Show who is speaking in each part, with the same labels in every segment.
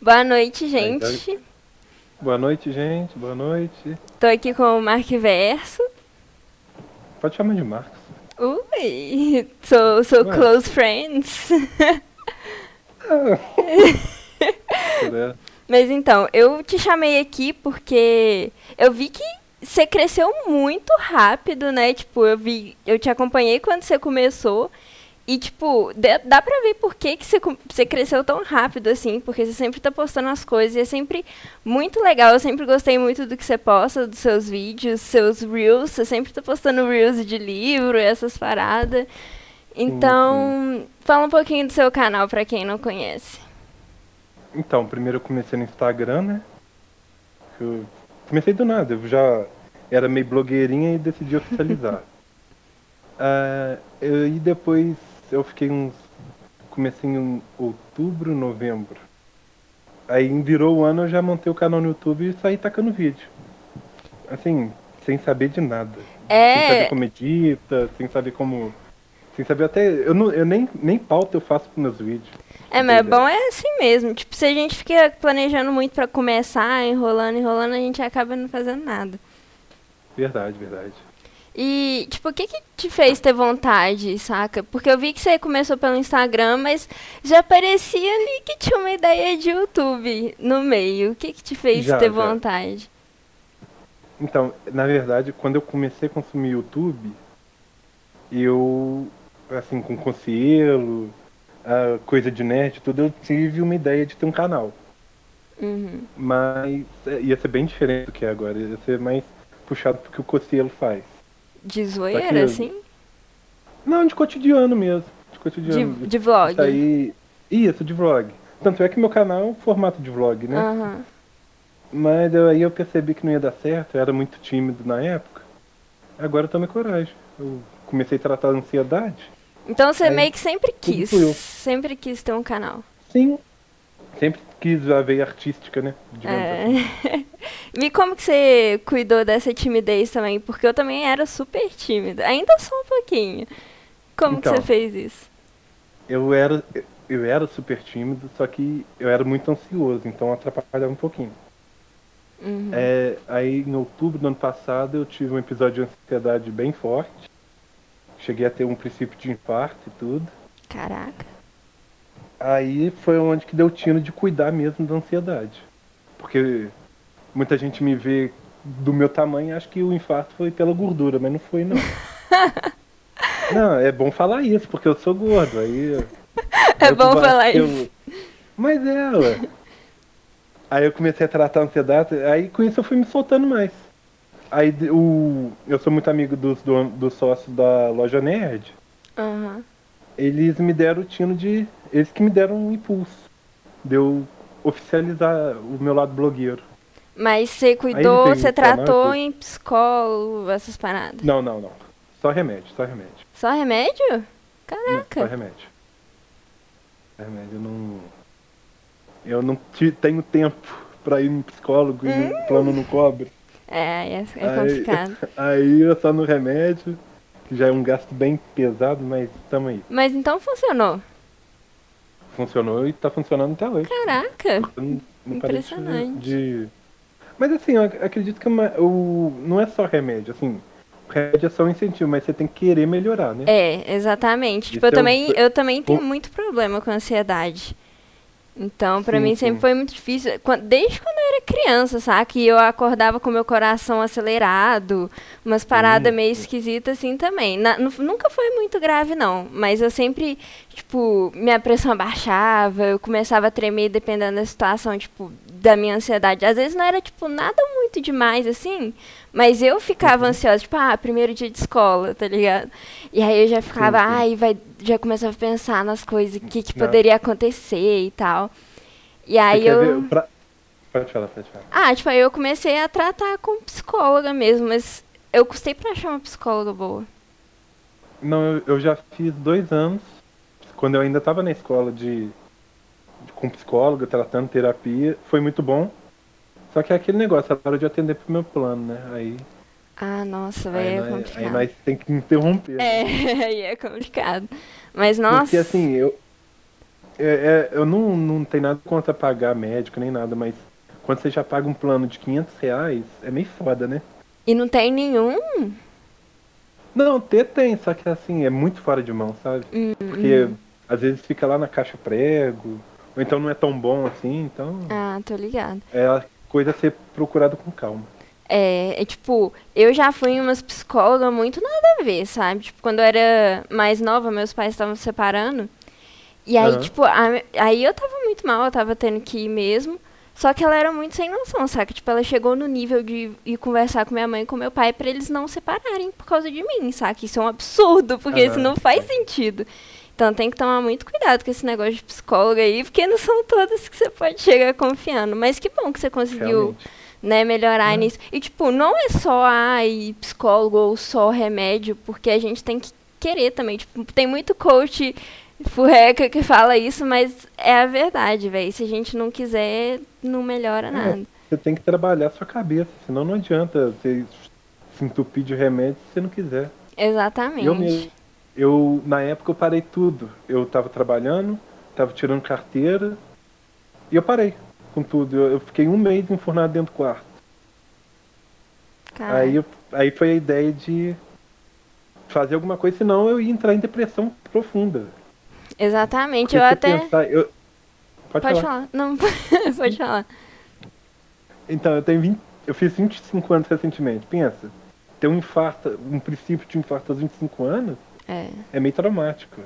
Speaker 1: Boa noite, gente.
Speaker 2: Boa noite, gente. Boa noite.
Speaker 1: Tô aqui com o Mark Verso.
Speaker 2: Pode chamar de Marcos.
Speaker 1: Ui, sou, sou
Speaker 2: Ué.
Speaker 1: close friends.
Speaker 2: Né?
Speaker 1: Mas então, eu te chamei aqui porque eu vi que você cresceu muito rápido, né? Tipo, eu vi, eu te acompanhei quando você começou. E, tipo, dá- dá pra ver por que, que você, com- você cresceu tão rápido, assim, porque você sempre tá postando as coisas e é sempre muito legal. Eu sempre gostei muito do que você posta, dos seus vídeos, seus reels. Você sempre tá postando reels de livro, essas paradas. Então, fala um pouquinho do seu canal pra quem não conhece.
Speaker 2: Então, primeiro eu comecei no Instagram, né? Eu comecei do nada, eu já era meio blogueirinha e decidi oficializar. Ah, eu- e depois eu fiquei uns. Comecei em outubro, novembro. Aí virou o ano, eu já montei o canal no YouTube e saí tacando vídeo. Assim, sem saber de nada. Sem saber
Speaker 1: É,
Speaker 2: como edita, sem saber como. Sem saber até. Eu, não, eu nem, nem pauta eu faço pros meus vídeos.
Speaker 1: É, mas é
Speaker 2: Entendeu?
Speaker 1: bom é assim mesmo. Tipo, se a gente fica planejando muito pra começar, enrolando, enrolando, a gente acaba não fazendo nada.
Speaker 2: Verdade, verdade.
Speaker 1: E, tipo, o que que te fez ter vontade, saca? Porque eu vi que você começou pelo Instagram, mas já parecia ali que tinha uma ideia de YouTube no meio. O que que te fez
Speaker 2: Já,
Speaker 1: ter
Speaker 2: já.
Speaker 1: vontade?
Speaker 2: Então, na verdade, quando eu comecei a consumir YouTube, eu, assim, com Concielo, ah, coisa de nerd, tudo, eu tive uma ideia de ter um canal.
Speaker 1: Uhum.
Speaker 2: Mas é, ia ser bem diferente do que é agora, ia ser mais puxado pro que o Concielo faz.
Speaker 1: De
Speaker 2: Só que
Speaker 1: zoeira,
Speaker 2: eu-
Speaker 1: assim?
Speaker 2: Não, de cotidiano mesmo, de cotidiano.
Speaker 1: De, de vlog.
Speaker 2: Isso aí- Isso, de vlog. Tanto é que meu canal é um formato de vlog, né?
Speaker 1: Aham.
Speaker 2: Mas eu- aí eu percebi que não ia dar certo, eu era muito tímido na época. Agora eu tomei coragem. Eu comecei a tratar a ansiedade.
Speaker 1: Então você
Speaker 2: Aí,
Speaker 1: meio que sempre quis.
Speaker 2: fui eu.
Speaker 1: Sempre quis ter um canal.
Speaker 2: Sim. Sempre quis a veia artística, né? Digamos
Speaker 1: É.
Speaker 2: assim.
Speaker 1: E como que você cuidou dessa timidez também? Porque eu também era super tímida. Ainda sou um pouquinho. Como que
Speaker 2: Então.
Speaker 1: você fez isso?
Speaker 2: Eu era, eu era super tímido, só que eu era muito ansioso, então atrapalhava um pouquinho.
Speaker 1: Uhum.
Speaker 2: É, aí em outubro do ano passado eu tive um episódio de ansiedade bem forte. Cheguei a ter um princípio de infarto e tudo.
Speaker 1: É. Caraca.
Speaker 2: Aí foi onde que deu tino de cuidar mesmo da ansiedade. Porque muita gente me vê do meu tamanho e acha que o infarto foi pela gordura, mas não foi não. não, é bom falar isso, porque eu sou gordo, aí.
Speaker 1: É
Speaker 2: eu
Speaker 1: bom
Speaker 2: combato
Speaker 1: falar
Speaker 2: eu-
Speaker 1: isso.
Speaker 2: Mas é, ué. Aí eu comecei a tratar a ansiedade, aí com isso eu fui me soltando mais. Aí de- o. Eu sou muito amigo dos, don- dos sócios da loja Nerd
Speaker 1: Aham.
Speaker 2: eles me deram o tino de. Eles que me deram um impulso. De eu oficializar o meu lado blogueiro.
Speaker 1: Mas você
Speaker 2: Aí
Speaker 1: cuidou,
Speaker 2: ele
Speaker 1: você
Speaker 2: tem canal e
Speaker 1: tratou
Speaker 2: tudo.
Speaker 1: em psicólogo, essas paradas.
Speaker 2: Não, não, não. Só remédio, só remédio.
Speaker 1: Só remédio?
Speaker 2: Só
Speaker 1: Caraca.
Speaker 2: remédio. Remédio eu não. Eu não ti- tenho tempo pra ir no psicólogo e o plano não cobre.
Speaker 1: É, é, é
Speaker 2: Aí-
Speaker 1: complicado.
Speaker 2: Aí eu só no remédio, que já é um gasto bem pesado, mas tamo aí.
Speaker 1: Mas então funcionou.
Speaker 2: Funcionou e tá funcionando até hoje.
Speaker 1: Caraca.
Speaker 2: Não- não parei de-
Speaker 1: Impressionante.
Speaker 2: de- Mas assim, eu ac- acredito que é uma- o... não é só remédio, assim. O remédio é só um incentivo, mas você tem que querer melhorar, né?
Speaker 1: É, exatamente. Tipo, eu
Speaker 2: Então,
Speaker 1: também, eu também tenho
Speaker 2: o-
Speaker 1: muito problema com ansiedade. Então, pra
Speaker 2: Sim,
Speaker 1: mim sempre
Speaker 2: sim.
Speaker 1: foi muito difícil. Quan- Desde quando eu era criança, saca? E eu acordava com meu coração acelerado, umas paradas meio esquisitas assim também. Na- nu- nunca foi muito grave, não. Mas eu sempre, tipo, minha pressão abaixava, eu começava a tremer dependendo da situação, tipo, da minha ansiedade. Às vezes não era, tipo, nada muito demais, assim, mas eu ficava
Speaker 2: Uhum.
Speaker 1: ansiosa, tipo, ah, primeiro dia de escola, tá ligado? E aí eu já ficava,
Speaker 2: Sim, sim.
Speaker 1: ai, vai, já começava a pensar nas coisas, o que, que
Speaker 2: Não.
Speaker 1: poderia acontecer e tal. E
Speaker 2: Você
Speaker 1: aí
Speaker 2: quer
Speaker 1: eu.
Speaker 2: ver- pra- Pode falar, pode falar.
Speaker 1: Ah, tipo, aí eu comecei a tratar com psicóloga mesmo, mas eu custei pra achar uma psicóloga boa.
Speaker 2: Não, eu, eu já fiz dois anos, quando eu ainda estava na escola de, de- com psicólogo, tratando terapia, foi muito bom. Só que é aquele negócio, é hora de atender pro meu plano, né? Aí,
Speaker 1: Ah, nossa,
Speaker 2: aí,
Speaker 1: velho, é
Speaker 2: nós, aí
Speaker 1: complicado.
Speaker 2: nós tem que interromper. né?
Speaker 1: É, aí é complicado. Mas nossa.
Speaker 2: Porque assim, eu. é- é- eu não, não tenho nada contra pagar médico nem nada, mas quando você já paga um plano de 500 reais, é meio foda, né?
Speaker 1: E não tem nenhum?
Speaker 2: Não, ter tem, só que assim, é muito fora de mão, sabe? Porque às vezes fica lá na caixa prego, ou então não é tão bom assim, então
Speaker 1: Ah, tô ligado.
Speaker 2: é a coisa a ser procurado com calma.
Speaker 1: É, é tipo, eu já fui em umas psicólogas muito nada a ver, sabe? Tipo, quando eu era mais nova, meus pais estavam se separando. E aí,
Speaker 2: Aham.
Speaker 1: tipo, a- aí eu tava muito mal, eu tava tendo que ir mesmo. Só que ela era muito sem noção, saca? Tipo, ela chegou no nível de ir conversar com minha mãe e com meu pai pra eles não separarem por causa de mim, saca? Isso é um absurdo, porque isso
Speaker 2: Aham.
Speaker 1: não faz sentido. Então tem que tomar muito cuidado com esse negócio de psicóloga aí, porque não são todas que você pode chegar confiando. Mas que bom que você conseguiu
Speaker 2: Realmente.
Speaker 1: né, melhorar
Speaker 2: É.
Speaker 1: nisso. E, tipo, não é só ai, psicólogo ou só remédio, porque a gente tem que querer também. Tipo, tem muito coach furreca que fala isso, mas é a verdade, velho. Se a gente não quiser, não
Speaker 2: É.
Speaker 1: melhora nada.
Speaker 2: Você tem que trabalhar a sua cabeça, senão não adianta você se entupir de remédio se você não quiser.
Speaker 1: Exatamente.
Speaker 2: Eu mesmo. Eu, na época, eu parei tudo. Eu tava trabalhando, tava tirando carteira, e eu parei com tudo. Eu, eu fiquei um mês enfurnado dentro do quarto.
Speaker 1: Cara, Ah.
Speaker 2: Aí, eu- aí foi a ideia de fazer alguma coisa, senão eu ia entrar em depressão profunda.
Speaker 1: Exatamente.
Speaker 2: Porque
Speaker 1: Eu
Speaker 2: se
Speaker 1: até.
Speaker 2: pensar, eu- Pode,
Speaker 1: Pode
Speaker 2: falar. Hum.
Speaker 1: falar. Não, pode falar.
Speaker 2: Então, eu tenho 20 eu fiz 25 anos recentemente. Pensa, ter um infarto, um princípio de infarto aos 25 anos
Speaker 1: É.
Speaker 2: é meio traumático.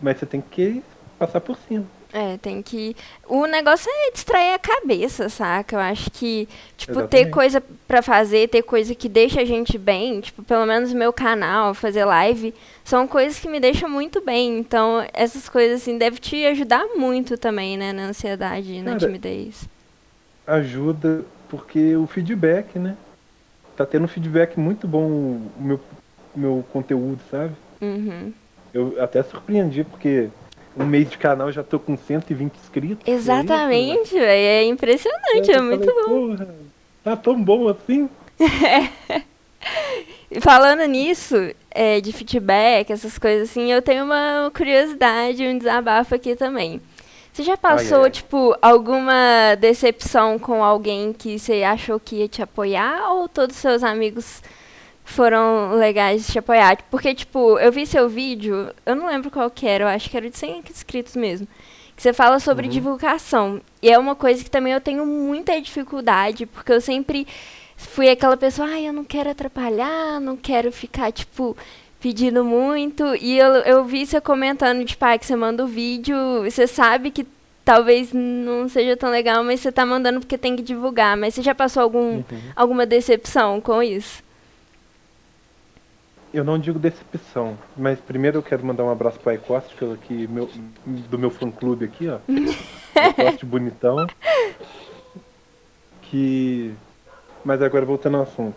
Speaker 2: Mas você tem que passar por cima.
Speaker 1: É, tem que. O negócio é distrair a cabeça, saca? Eu acho que, tipo, ter
Speaker 2: Exatamente.
Speaker 1: coisa pra fazer, ter coisa que deixa a gente bem, tipo, pelo menos meu canal, fazer live, são coisas que me deixam muito bem. Então, essas coisas, assim, devem te ajudar muito também, né? Na ansiedade, na
Speaker 2: Cara,
Speaker 1: timidez.
Speaker 2: ajuda porque o feedback, né? Tá tendo um feedback muito bom o meu, meu conteúdo, sabe? é né?
Speaker 1: Uhum.
Speaker 2: Eu até surpreendi porque um mês de canal eu já tô com 120 inscritos. que é isso, velho?
Speaker 1: Exatamente, velho. É impressionante,
Speaker 2: Eu
Speaker 1: é muito
Speaker 2: falei,
Speaker 1: bom.
Speaker 2: Porra, tá tão bom assim?
Speaker 1: E Falando nisso, é, de feedback, essas coisas assim, eu tenho uma curiosidade, um desabafo aqui também. Você já passou,
Speaker 2: Ai, ai, ai.
Speaker 1: tipo, alguma decepção com alguém que você achou que ia te apoiar ou todos os seus amigos foram legais de te apoiar? Porque, tipo, eu vi seu vídeo, eu não lembro qual que era, eu acho que era de 100 inscritos mesmo, que você fala sobre
Speaker 2: Uhum.
Speaker 1: divulgação. E é uma coisa que também eu tenho muita dificuldade, porque eu sempre fui aquela pessoa, ai, eu não quero atrapalhar, não quero ficar, tipo, pedindo muito. E eu, eu vi você comentando, tipo, ah, que você manda o vídeo, você sabe que talvez não seja tão legal, mas você tá mandando porque tem que divulgar. Mas você já passou algum, alguma decepção com isso?
Speaker 2: Eu não digo decepção, mas primeiro eu quero mandar um abraço pro Icoste, que, eu- que meu, do meu fã clube aqui, ó. Icoste bonitão. Que. Mas agora voltando ao assunto.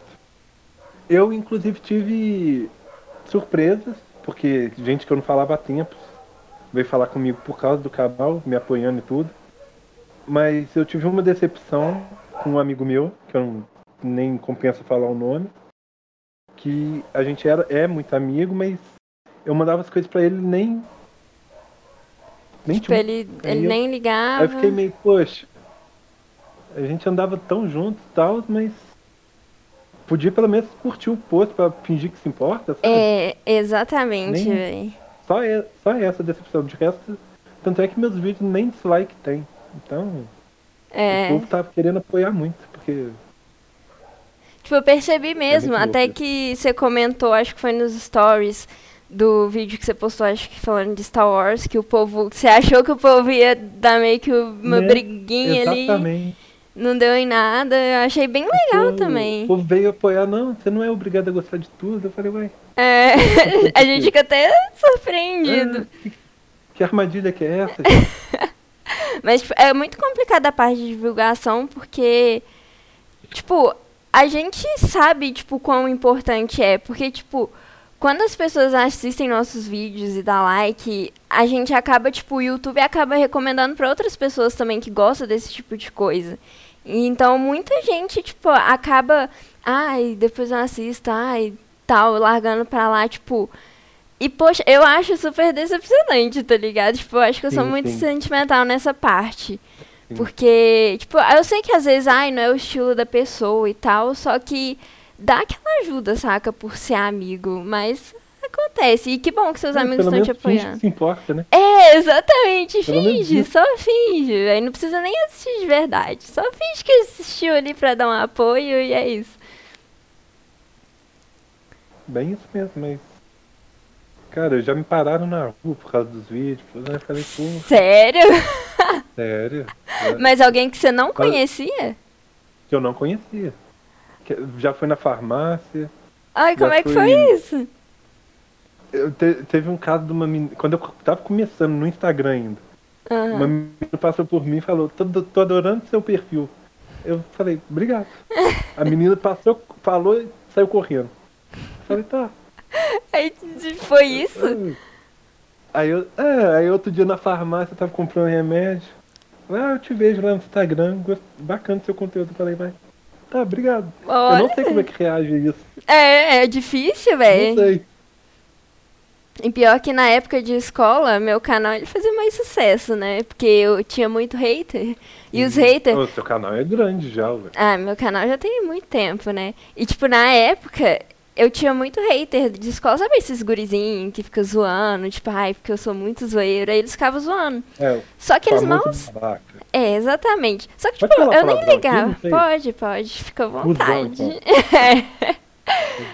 Speaker 2: Eu inclusive tive surpresas, porque gente que eu não falava há tempos veio falar comigo por causa do canal, me apoiando e tudo. Mas eu tive uma decepção com um amigo meu, que eu não, nem compensa falar o nome que a gente era é muito amigo, mas eu mandava as coisas pra ele nem nem
Speaker 1: Tipo,
Speaker 2: tinha.
Speaker 1: ele,
Speaker 2: Aí
Speaker 1: ele
Speaker 2: eu-
Speaker 1: nem
Speaker 2: Aí
Speaker 1: ligava.
Speaker 2: eu fiquei meio, poxa, a gente andava tão junto e tal, mas podia pelo menos curtir o post pra fingir que se importa, sabe?
Speaker 1: É, exatamente,
Speaker 2: Nem-
Speaker 1: velho.
Speaker 2: Só, é, só essa decepção. De resto, tanto é que meus vídeos nem dislike tem. Então,
Speaker 1: É.
Speaker 2: o povo tava querendo apoiar muito, porque
Speaker 1: Tipo, eu percebi mesmo,
Speaker 2: É muito
Speaker 1: até
Speaker 2: louco.
Speaker 1: que você comentou, acho que foi nos stories do vídeo que você postou, acho que falando de Star Wars, que o povo. que Você achou que o povo ia dar meio que uma
Speaker 2: Né?
Speaker 1: briguinha ali.
Speaker 2: exatamente.
Speaker 1: Não deu em nada. Eu achei bem legal
Speaker 2: o- O
Speaker 1: também.
Speaker 2: povo veio apoiar, não, você não é obrigado a gostar de tudo. Eu falei, ué,
Speaker 1: É, a gente fica até surpreendido.
Speaker 2: Ah, que- Que armadilha que é essa?
Speaker 1: Mas tipo, é muito complicada a parte de divulgação, porque, tipo, a gente sabe, tipo, quão importante é. Porque, tipo, quando as pessoas assistem nossos vídeos e dá like, a gente acaba, tipo, o YouTube acaba recomendando para outras pessoas também que gostam desse tipo de coisa. E, então, muita gente, tipo, acaba, ai, depois eu assisto, ai, tal, largando pra lá, tipo... E, poxa, eu acho super decepcionante, tá ligado? Tipo, eu acho que eu sou
Speaker 2: Sim,
Speaker 1: muito
Speaker 2: sim.
Speaker 1: sentimental nessa parte.
Speaker 2: Sim.
Speaker 1: Porque, tipo, eu sei que às vezes, ai, não é o estilo da pessoa e tal, só que dá aquela ajuda, saca, por ser amigo. Mas acontece. E que bom que seus amigos
Speaker 2: É, Pelo
Speaker 1: estão te
Speaker 2: menos finge que
Speaker 1: apoiando.
Speaker 2: se importa, né?
Speaker 1: É, exatamente,
Speaker 2: Pelo menos
Speaker 1: finge,
Speaker 2: isso.
Speaker 1: só finge. Aí não precisa nem assistir de verdade. Só finge que assistiu ali pra dar um apoio e é isso.
Speaker 2: Bem isso mesmo, mas. Cara, já me pararam na rua por causa dos vídeos. né? Eu falei, pô,
Speaker 1: Sério?
Speaker 2: sério.
Speaker 1: Mas alguém que você não
Speaker 2: Mas-
Speaker 1: conhecia?
Speaker 2: Que eu não conhecia. Que- Já foi na farmácia.
Speaker 1: Ai,
Speaker 2: Já
Speaker 1: como é que
Speaker 2: fui-
Speaker 1: foi isso?
Speaker 2: Eu te- teve um caso de uma menina. Quando eu tava começando no Instagram ainda,
Speaker 1: Aham.
Speaker 2: uma menina passou por mim e falou: tô, tô adorando seu perfil. Eu falei: Obrigado. A menina passou, falou e saiu correndo. Eu falei: Tá.
Speaker 1: Aí de- foi isso?
Speaker 2: Aí, eu, é, aí outro dia na farmácia eu tava comprando remédio. Ah, eu te vejo lá no Instagram, gost- bacana seu conteúdo. Eu falei, mas. Tá, obrigado. Eu não sei como é que reage a isso.
Speaker 1: É, é difícil,
Speaker 2: Não
Speaker 1: velho.
Speaker 2: sei.
Speaker 1: E pior que na época de escola, meu canal ele fazia mais sucesso, né? Porque eu tinha muito hater. E
Speaker 2: Uhum.
Speaker 1: os haters.
Speaker 2: O seu canal é grande já, velho.
Speaker 1: Ah, meu canal já tem muito tempo, né? E, tipo, na época, eu tinha muito hater de escola. Sabe esses gurizinhos que ficam zoando? Tipo, ai, porque eu sou muito zoeiro. Aí eles ficavam zoando.
Speaker 2: É, o
Speaker 1: Só que eles mal.
Speaker 2: famoso babaca.
Speaker 1: É, exatamente. Só que,
Speaker 2: Pode
Speaker 1: tipo,
Speaker 2: falar
Speaker 1: eu nem
Speaker 2: palavrão aqui?
Speaker 1: ligava.
Speaker 2: Não sei.
Speaker 1: Pode, pode. Fica à
Speaker 2: Cusão,
Speaker 1: vontade.
Speaker 2: então.
Speaker 1: É.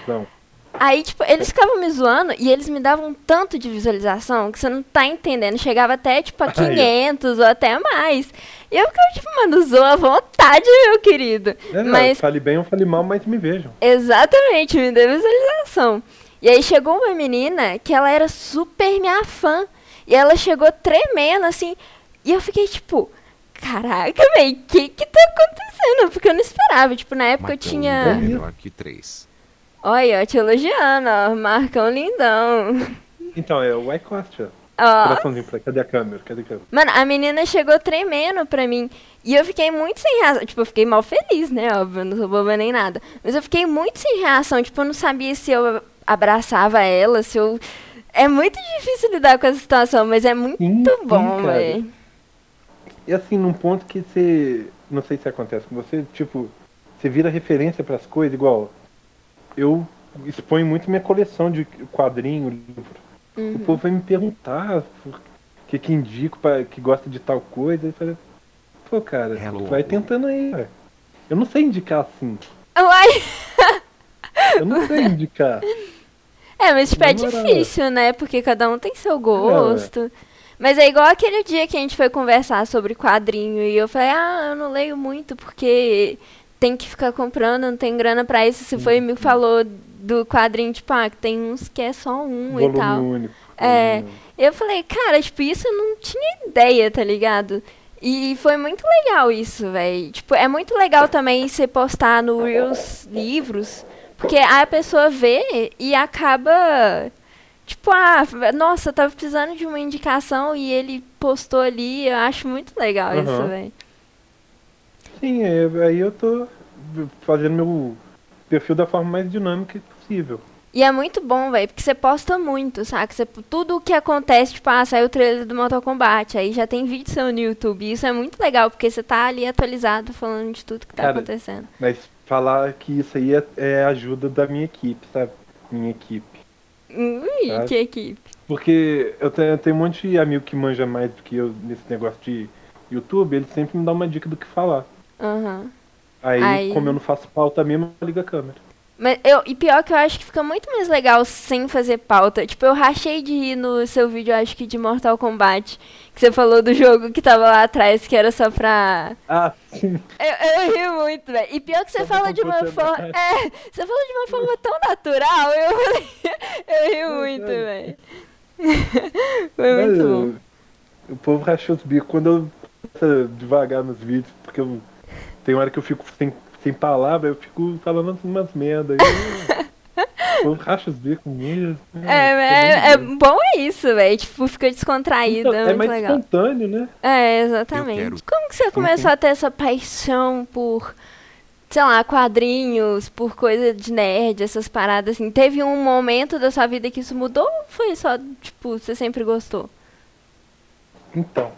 Speaker 2: Não.
Speaker 1: Aí, tipo, eles ficavam me zoando e eles me davam um tanto de visualização que você não tá entendendo. Chegava até, tipo, a
Speaker 2: Aí, ó.
Speaker 1: 500 ou até mais. E eu ficava, tipo, mano, zoa à vontade, meu querido.
Speaker 2: É,
Speaker 1: Mas,
Speaker 2: Fale bem ou fale mal, mas me vejam.
Speaker 1: exatamente, me deu visualização. E aí chegou uma menina que ela era super minha fã. E ela chegou tremendo, assim. E eu fiquei, tipo, caraca, velho, o que que tá acontecendo? Porque eu não esperava. Tipo, na época eu
Speaker 3: Matheus
Speaker 1: tinha...
Speaker 3: é melhor que três.
Speaker 1: Olha, eu te elogiando, ó. Marcão lindão.
Speaker 2: Então, é o Wycostia.
Speaker 1: Ó.
Speaker 2: Coraçãozinho pra Cadê a câmera? Cadê a câmera?
Speaker 1: Mano, a menina chegou tremendo pra mim. E eu fiquei muito sem reação. Tipo, eu fiquei mal feliz, né? Óbvio, eu não sou boba nem nada. Mas eu fiquei muito sem reação. Tipo, eu não sabia se eu abraçava ela, se eu. É muito difícil lidar com essa situação, mas é muito
Speaker 2: Sim, sim,
Speaker 1: bom,
Speaker 2: cara.
Speaker 1: velho.
Speaker 2: E assim, num ponto que você. Não sei se acontece com você, tipo, você vira referência pras coisas, igual. Eu exponho muito minha coleção de quadrinho, livro.
Speaker 1: Uhum.
Speaker 2: O povo vai me perguntar por que que indico pra, que gosta de tal coisa. Eu falei, pô, cara,
Speaker 3: Hello.
Speaker 2: vai tentando aí, velho. Eu não sei indicar assim.
Speaker 1: Uai!
Speaker 2: Eu não sei indicar.
Speaker 1: É, mas tipo, é
Speaker 2: Na moral.
Speaker 1: difícil, né? Porque cada um tem seu gosto. Mas é igual aquele dia que a gente foi conversar sobre quadrinho e eu falei, ah, eu não leio muito porque tem que ficar comprando, não tem grana pra isso. Se foi me falou do quadrinho, tipo, ah, que tem uns que é só um e
Speaker 2: Volume
Speaker 1: tal.
Speaker 2: único.
Speaker 1: É.
Speaker 2: Volume único.
Speaker 1: Eu falei, cara, tipo, isso eu não tinha ideia, tá ligado? E foi muito legal isso, velho. Tipo, é muito legal também você postar no Reels livros, porque aí a pessoa vê e acaba. Tipo, ah, nossa, eu tava precisando de uma indicação e ele postou ali. Eu acho muito legal isso,
Speaker 2: Aham.
Speaker 1: velho.
Speaker 2: Sim, é, aí eu tô fazendo meu perfil da forma mais dinâmica possível.
Speaker 1: E é muito bom, velho, porque você posta muito, saca? Você, tudo o que acontece, tipo, ah, saiu o trailer do Mortal Kombat, aí já tem vídeo seu no YouTube. E isso é muito legal, porque você tá ali atualizado, falando de tudo que tá
Speaker 2: Cara,
Speaker 1: acontecendo.
Speaker 2: Mas falar que isso aí é, é ajuda da minha equipe, sabe? Minha equipe.
Speaker 1: Ui,
Speaker 2: tá.
Speaker 1: que equipe.
Speaker 2: Porque eu tenho, eu tenho um monte de amigo que manja mais do que eu nesse negócio de YouTube, ele sempre me dá uma dica do que falar.
Speaker 1: Aham.
Speaker 2: Aí,
Speaker 1: Aí-
Speaker 2: como eu não faço pauta mesmo, eu ligo a câmera.
Speaker 1: Mas eu, e pior que eu acho que fica muito mais legal sem fazer pauta. Tipo, eu rachei de rir no seu vídeo, acho que de Mortal Kombat, que você falou do jogo que tava lá atrás, que era só pra.
Speaker 2: Ah, sim.
Speaker 1: Eu, eu ri muito, velho. E pior que você
Speaker 2: Só
Speaker 1: fala
Speaker 2: pra
Speaker 1: de uma
Speaker 2: completar.
Speaker 1: forma. É, você fala de uma forma tão natural, eu, eu ri muito,
Speaker 2: sério.
Speaker 1: velho. Foi É muito bom.
Speaker 2: O povo racha os bicos quando eu começo devagar nos vídeos, porque eu, tem hora que eu fico sem, sem palavra, eu fico falando umas merdas. o povo racha os bicos mesmo. um
Speaker 1: É, é, é bom é isso, velho. Tipo, fica descontraído,
Speaker 2: Então,
Speaker 1: é
Speaker 2: é
Speaker 1: muito
Speaker 2: mais
Speaker 1: legal.
Speaker 2: espontâneo, né?
Speaker 1: É, exatamente.
Speaker 3: Eu quero.
Speaker 1: Como que você começou a ter essa paixão por sei lá, quadrinhos, por coisa de nerd, essas paradas assim. Teve um momento da sua vida que isso mudou ou foi só, tipo, você sempre gostou?
Speaker 2: Então,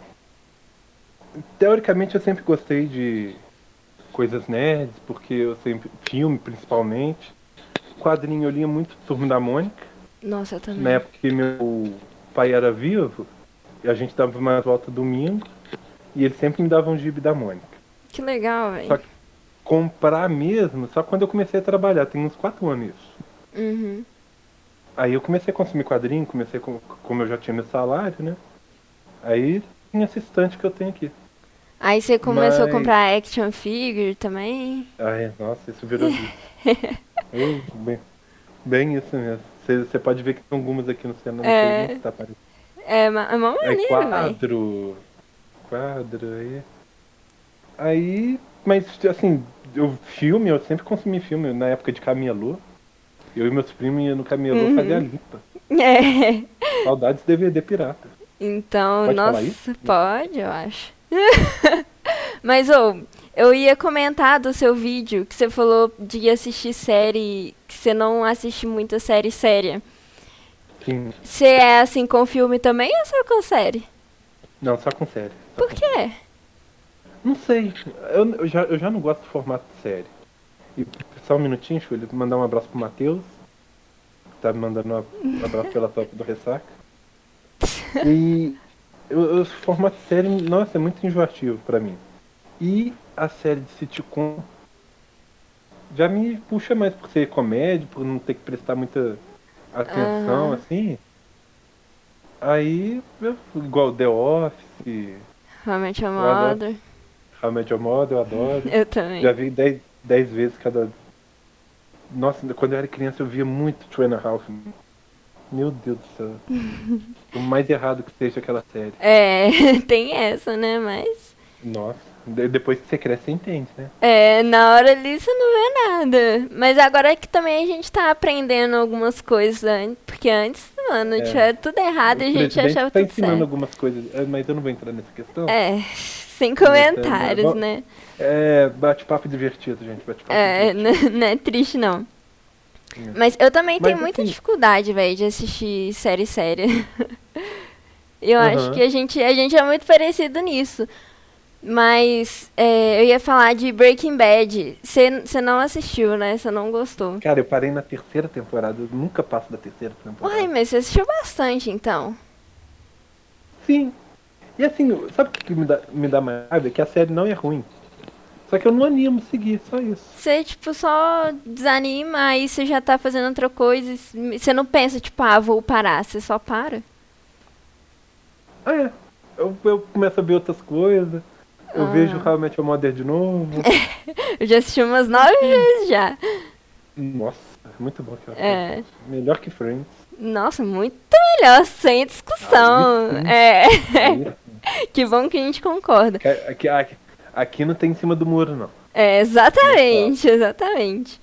Speaker 2: teoricamente eu sempre gostei de coisas nerds, porque eu sempre. filme principalmente. Quadrinho eu lia muito Turma da Mônica.
Speaker 1: Nossa, eu também.
Speaker 2: Na época que meu pai era vivo, a gente dava uma volta domingo e ele sempre me dava um gibi da Mônica.
Speaker 1: Que legal,
Speaker 2: Só
Speaker 1: velho.
Speaker 2: que comprar mesmo, só quando eu comecei a trabalhar, tem uns 4 anos isso.
Speaker 1: Uhum.
Speaker 2: Aí eu comecei a consumir quadrinho, comecei com, como eu já tinha meu salário, né? Aí tinha essa estante que eu tenho aqui.
Speaker 1: Aí você começou a
Speaker 2: Mas-
Speaker 1: comprar action figure também?
Speaker 2: Ai, Ah, é. nossa, isso virou vício. Ei, bem, bem isso mesmo. Você você pode ver que tem algumas aqui no cenário.
Speaker 1: É.
Speaker 2: Tá aparecendo.
Speaker 1: É, ma- é uma
Speaker 2: Aí
Speaker 1: maneira, velho.
Speaker 2: quadro. Quadro aí. Aí. Mas assim, eu filme, eu sempre consumi filme na época de camelô. Eu e meus primos iam no camelô
Speaker 1: Uhum.
Speaker 2: fazer a limpa.
Speaker 1: É.
Speaker 2: Saudades DVD pirata.
Speaker 1: Então,
Speaker 2: Pode falar
Speaker 1: nossa,
Speaker 2: isso?
Speaker 1: pode, eu acho. Mas, ô, eu ia comentar do seu vídeo que você falou de assistir série, que você não assiste muita série séria.
Speaker 2: Sim.
Speaker 1: Você é assim com filme também ou só com série?
Speaker 2: Não, só com série. Só
Speaker 1: Por
Speaker 2: com-
Speaker 1: quê?
Speaker 2: Não sei. Eu, eu já, eu já não gosto do formato de série. E só um minutinho, Júlio, mandar um abraço pro Matheus. que Tá me mandando um abraço pela top do Ressaca. E eu, eu- o formato de série, nossa, é muito enjoativo pra mim. E a série de sitcom já me puxa mais por ser comédia, por não ter que prestar muita atenção,
Speaker 1: Aham.
Speaker 2: assim. Aí, eu- igual The Office,
Speaker 1: Realmente é
Speaker 2: Eu adoro.
Speaker 1: moda.
Speaker 2: How I Met Your Mother, eu adoro.
Speaker 1: Eu também.
Speaker 2: Já vi 10 vezes cada. Nossa, quando eu era criança eu via muito Two and a Half. Men. Meu Deus do céu. o mais errado que seja aquela série.
Speaker 1: É, tem essa, né? Mas.
Speaker 2: Nossa. de- depois que você cresce, você entende, né?
Speaker 1: É, na hora ali você não vê nada. Mas agora é que também a gente tá aprendendo algumas coisas, an- porque antes, mano,
Speaker 2: É.
Speaker 1: tinha tudo errado e a
Speaker 2: o
Speaker 1: Ah, gente
Speaker 2: presidente
Speaker 1: achava
Speaker 2: tá
Speaker 1: tudo
Speaker 2: ensinando
Speaker 1: certo.
Speaker 2: algumas coisas, é, mas eu não vou entrar nessa questão.
Speaker 1: É, sem comentários,
Speaker 2: Bom,
Speaker 1: né?
Speaker 2: É, bate-papo divertido, gente. Bate-papo
Speaker 1: É,
Speaker 2: divertido.
Speaker 1: não não é triste não.
Speaker 2: É.
Speaker 1: Mas eu também
Speaker 2: Mas,
Speaker 1: tenho muita
Speaker 2: assim-
Speaker 1: dificuldade, velho, de assistir série séria. eu acho
Speaker 2: Aham.
Speaker 1: que a gente, a gente é muito parecido nisso. Mas é, eu ia falar de Breaking Bad. Você não assistiu, né? Você não gostou.
Speaker 2: Cara, eu parei na terceira temporada, eu nunca passo da terceira temporada.
Speaker 1: Uai, mas você assistiu bastante, então.
Speaker 2: Sim. E assim, sabe o que me dá, me dá mais raiva? Que a série não é ruim. Só que eu não animo seguir, só isso.
Speaker 1: Você, tipo, só desanima, aí você já tá fazendo outra coisa. e Você não pensa, tipo, ah, vou parar. Você só para.
Speaker 2: Ah, é. Eu, eu começo a ver outras coisas. Eu
Speaker 1: Ah.
Speaker 2: vejo How I Met Your Mother de novo.
Speaker 1: Eu já assisti umas nove vezes já.
Speaker 2: Nossa, muito bom aquela série.
Speaker 1: É.
Speaker 2: Melhor que Friends.
Speaker 1: Nossa, muito melhor, sem discussão.
Speaker 2: Aí sim.
Speaker 1: É.
Speaker 2: Aí,
Speaker 1: que bom que a gente concorda.
Speaker 2: aqui, aqui, aqui não tem em cima do muro, não.
Speaker 1: É, exatamente, exatamente.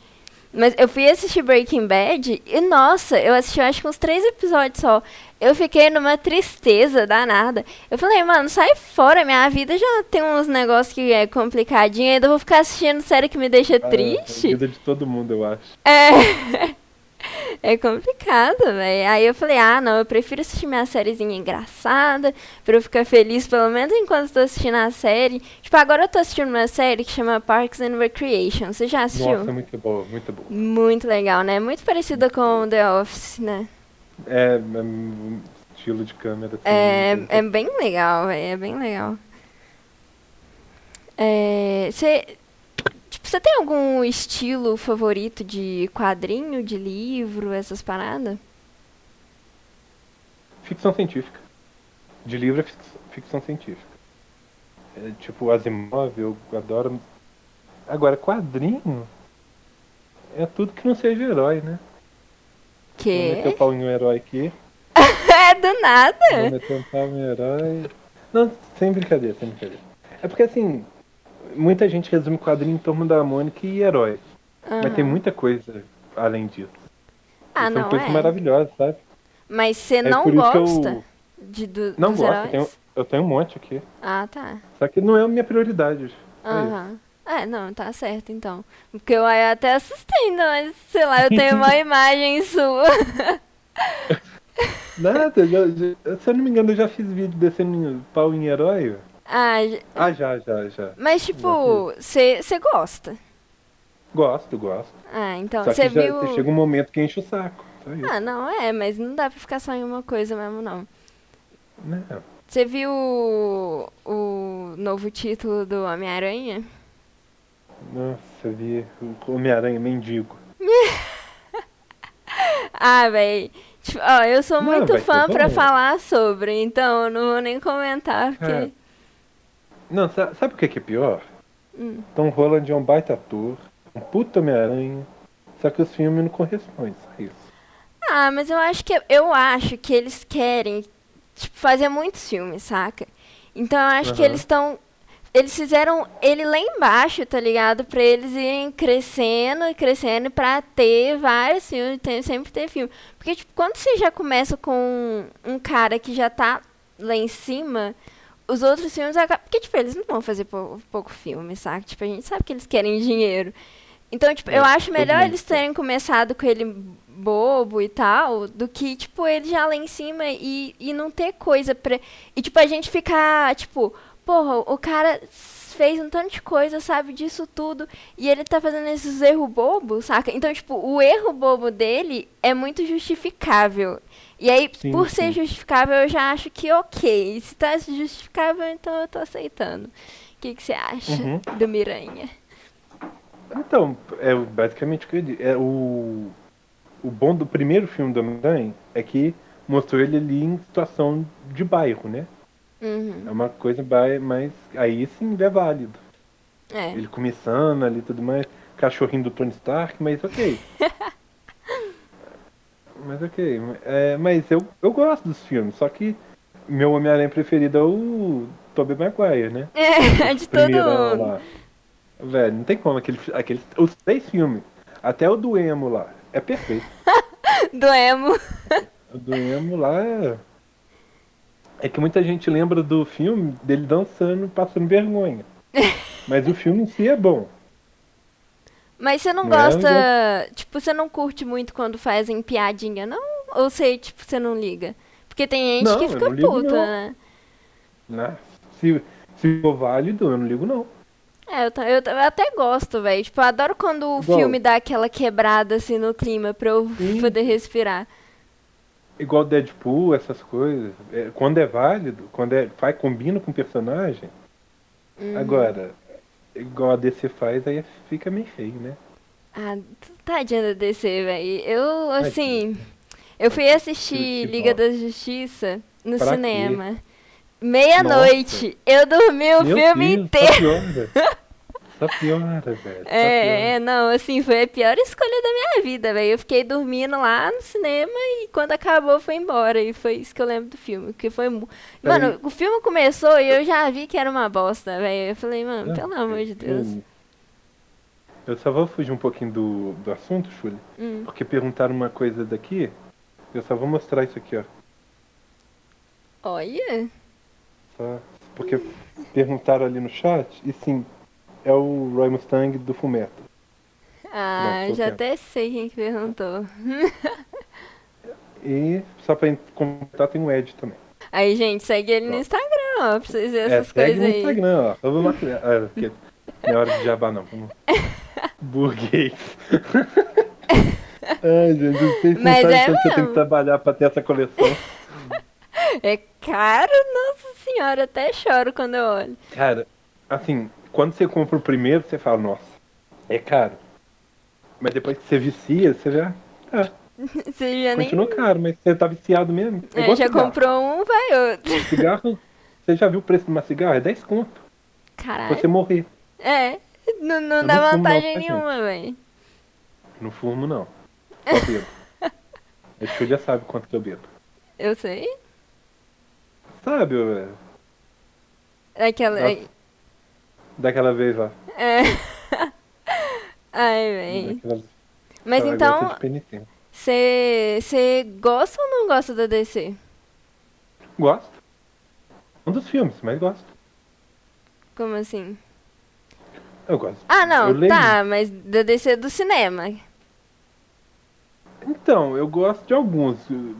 Speaker 1: Mas eu fui assistir Breaking Bad e, nossa, eu assisti acho que uns três episódios só. Eu fiquei numa tristeza danada. Eu falei, mano, sai fora, minha vida já tem uns negócios que é complicadinho, ainda vou ficar assistindo série que me deixa
Speaker 2: Ah,
Speaker 1: É triste.
Speaker 2: A vida de todo mundo, eu acho.
Speaker 1: É. É complicado, velho. Aí eu falei, ah, não, eu prefiro assistir minha sériezinha engraçada, pra eu ficar feliz, pelo menos enquanto eu tô assistindo a série. Tipo, agora eu tô assistindo uma série que chama Parks and Recreation. Você já assistiu?
Speaker 2: Nossa, é muito boa, muito boa.
Speaker 1: Muito legal, né? Muito parecida com The Office, né?
Speaker 2: É, é um estilo de câmera. assim,
Speaker 1: É,
Speaker 2: muito-
Speaker 1: é bem legal, velho. É bem legal. É, Você. Tipo, você tem algum estilo favorito de quadrinho, de livro, essas paradas?
Speaker 2: Ficção científica. De livro é ficção, ficção científica. É, tipo, Asimov, eu adoro. Agora, quadrinho é tudo que não seja herói, né? Vou meter
Speaker 1: Que?
Speaker 2: o pau em um herói aqui.
Speaker 1: É do
Speaker 2: Vou
Speaker 1: nada.
Speaker 2: meter o pau em um herói. Não, sem brincadeira, sem brincadeira. É porque assim, muita gente resume quadrinho em torno da Mônica e herói. Mas tem muita coisa além disso.
Speaker 1: Ah,
Speaker 2: E
Speaker 1: não
Speaker 2: São coisas
Speaker 1: é.
Speaker 2: maravilhosas, sabe?
Speaker 1: Mas você
Speaker 2: um é
Speaker 1: não
Speaker 2: por isso que eu-
Speaker 1: gosta de do,
Speaker 2: Não
Speaker 1: dos
Speaker 2: gosto, eu
Speaker 1: heróis?
Speaker 2: tenho, eu tenho um monte aqui.
Speaker 1: Ah, tá.
Speaker 2: Só que não é a minha prioridade. É isso.
Speaker 1: Aham. É, não, tá certo então. Porque eu até assustei, não, mas sei lá, eu tenho uma imagem sua.
Speaker 2: Nada, já- já- se eu não me engano, eu já fiz vídeo descendo pau em herói.
Speaker 1: Ah, j-
Speaker 2: Ah, já, já, já.
Speaker 1: mas tipo, você gosta.
Speaker 2: Gosto, gosto.
Speaker 1: Ah, então,
Speaker 2: Só
Speaker 1: você
Speaker 2: que já, um
Speaker 1: viu.
Speaker 2: chega um momento que enche o saco. Só isso.
Speaker 1: Ah, não, é, mas não dá pra ficar só em uma coisa mesmo, não. Ah.
Speaker 2: Não.
Speaker 1: Você viu o, o novo título do Homem-Aranha?
Speaker 2: Nossa, eu vi o Homem-Aranha Mendigo.
Speaker 1: Ah, véi. Tipo, ó, eu sou
Speaker 2: Não,
Speaker 1: muito
Speaker 2: vai ser
Speaker 1: fã pra
Speaker 2: bom.
Speaker 1: falar sobre, então eu não vou nem comentar, porque.
Speaker 2: É. Não, sa- sabe o que que é pior?
Speaker 1: Hum.
Speaker 2: Tom Holland é um baita ator, um puto Homem-Aranha, só que os filmes não correspondem, só isso.
Speaker 1: Ah, mas eu acho que eu acho que eles querem tipo, fazer muitos filmes, saca? Então eu acho que
Speaker 2: Aham.
Speaker 1: eles estão eles fizeram ele lá embaixo, tá ligado? Pra eles irem crescendo e crescendo pra ter vários filmes, tem, sempre ter filme. Porque, tipo, quando você já começa com um cara que já tá lá em cima, os outros filmes acabam. Porque, tipo, eles não vão fazer pou- pouco filme, saca? Tipo, a gente sabe que eles querem dinheiro. Então, tipo,
Speaker 2: É,
Speaker 1: eu acho
Speaker 2: todo
Speaker 1: melhor
Speaker 2: mundo
Speaker 1: eles
Speaker 2: quer.
Speaker 1: terem começado com ele bobo e tal, do que, tipo, ele já lá em cima e, e não ter coisa pra. E, tipo, a gente ficar, tipo, porra, o cara fez um tanto de coisa, sabe disso tudo, e ele tá fazendo esses erros bobos, saca? Então, tipo, o erro bobo dele é muito justificável. E aí,
Speaker 2: Sim,
Speaker 1: por ser
Speaker 2: sim.
Speaker 1: justificável, eu já acho que ok. Se tá justificável, então eu tô aceitando. O que que você acha
Speaker 2: Uhum.
Speaker 1: do Miranha?
Speaker 2: Então, é o- basicamente o que eu disse. É o, o bom do primeiro filme do Homem-Aranha é que mostrou ele ali em situação de bairro, né?
Speaker 1: Uhum.
Speaker 2: É uma coisa bai- mas aí sim é válido.
Speaker 1: É.
Speaker 2: Ele começando ali e tudo mais, cachorrinho do Tony Stark, mas ok. mas ok. É, mas eu, eu gosto dos filmes, só que meu Homem-Aranha preferido é o Tobey Maguire, né?
Speaker 1: É, de todo
Speaker 2: Primeirão
Speaker 1: mundo.
Speaker 2: lá. Velho, não tem como aquele, aquele, os três filmes, até o do Emo lá, é perfeito.
Speaker 1: Do emo.
Speaker 2: O do Emo lá é... É que muita gente lembra do filme dele dançando, passando vergonha. Mas o filme em si é bom.
Speaker 1: Mas você não,
Speaker 2: Não é,
Speaker 1: gosta. Tipo, você não curte muito quando fazem piadinha, não? Ou você, tipo, você não liga? Porque tem gente
Speaker 2: Não,
Speaker 1: que
Speaker 2: eu
Speaker 1: fica
Speaker 2: não ligo,
Speaker 1: puta,
Speaker 2: não.
Speaker 1: né?
Speaker 2: né? Se, se for válido, eu não ligo não.
Speaker 1: É, eu, ta- eu, ta- eu até gosto, velho. Tipo, eu adoro quando o
Speaker 2: Igual.
Speaker 1: filme dá aquela quebrada assim no clima pra eu
Speaker 2: Sim.
Speaker 1: poder respirar.
Speaker 2: Igual Deadpool, essas coisas. é, quando é válido, quando é, faz, combina com o personagem.
Speaker 1: Uhum.
Speaker 2: Agora, igual a DC faz, aí fica meio feio, né?
Speaker 1: Ah, t- tadinha da DC, velho. Eu,
Speaker 2: Tá
Speaker 1: assim. Eu fui assistir
Speaker 2: Que
Speaker 1: Liga
Speaker 2: dó.
Speaker 1: da Justiça no
Speaker 2: Pra quê?
Speaker 1: cinema. Meia-noite. Eu dormi É o
Speaker 2: Meu
Speaker 1: filme
Speaker 2: Deus,
Speaker 1: inteiro.
Speaker 2: Só piora. Só piora, velho.
Speaker 1: É,
Speaker 2: só piora.
Speaker 1: é, não, assim, foi a pior escolha da minha vida, velho. Eu fiquei dormindo lá no cinema e quando acabou foi embora. E foi isso que eu lembro do filme. Que foi. mu-
Speaker 2: Peraí.
Speaker 1: Mano, o filme começou e eu já vi que era uma bosta, velho. Eu falei, mano,
Speaker 2: Não,
Speaker 1: pelo amor de Deus.
Speaker 2: Ah, eu- Eu só vou fugir um pouquinho do, do assunto, Chuli,
Speaker 1: Hum.
Speaker 2: porque perguntaram uma coisa daqui. Eu só vou mostrar isso aqui, ó.
Speaker 1: Olha.
Speaker 2: Só- Tá? porque perguntaram ali no chat, e sim, é o Roy Mustang do Fumeto.
Speaker 1: Ah,
Speaker 2: Não, tô
Speaker 1: já
Speaker 2: quieto.
Speaker 1: até sei quem que perguntou.
Speaker 2: E só pra en- completar tem o Ed também.
Speaker 1: Aí, gente, segue ele no
Speaker 2: Ó.
Speaker 1: Instagram, ó, pra vocês verem
Speaker 2: Tá. é,
Speaker 1: essas
Speaker 2: segue
Speaker 1: coisas
Speaker 2: no
Speaker 1: aí.
Speaker 2: Instagram, ó. Eu vou marcar. Ah, porque não é hora de jabá não. Vamos. Burguês. Ai, gente, vocês não
Speaker 1: Mas
Speaker 2: sabem
Speaker 1: é
Speaker 2: tanto que eu tenho
Speaker 1: mesmo.
Speaker 2: que trabalhar pra ter essa coleção.
Speaker 1: É caro, nossa senhora, até choro quando eu olho.
Speaker 2: Cara, assim, quando você compra o primeiro, você fala, nossa, é caro. Mas depois que você vicia, você já. Ah,
Speaker 1: Você já nem.
Speaker 2: continua caro, mas você tá viciado mesmo. É
Speaker 1: É,
Speaker 2: igual
Speaker 1: já
Speaker 2: cigarro.
Speaker 1: comprou um, vai outro.
Speaker 2: Cigarro, você já viu o preço de uma cigarra? É 10 conto. pra
Speaker 1: Caralho.
Speaker 2: Você morrer.
Speaker 1: É, não, não
Speaker 2: Eu
Speaker 1: dá
Speaker 2: não fumo não,
Speaker 1: vantagem
Speaker 2: tá, gente?
Speaker 1: nenhuma, velho.
Speaker 2: Não fumo, não. Só bebo. Acho que eu já sabe quanto que eu bebo.
Speaker 1: Eu sei.
Speaker 2: Sabe, eu-
Speaker 1: Aquela.
Speaker 2: Nossa. daquela vez lá.
Speaker 1: É. Ai, velho.
Speaker 2: Daquela...
Speaker 1: É Mas
Speaker 2: agora eu tô
Speaker 1: então,
Speaker 2: de penitente.
Speaker 1: você gosta ou não gosta da DC?
Speaker 2: Gosto. Um dos filmes, mas gosto.
Speaker 1: Como assim?
Speaker 2: Eu gosto.
Speaker 1: Ah, não,
Speaker 2: Eu leio.
Speaker 1: tá, mas da DC do cinema.
Speaker 2: Então, eu gosto de alguns. Eu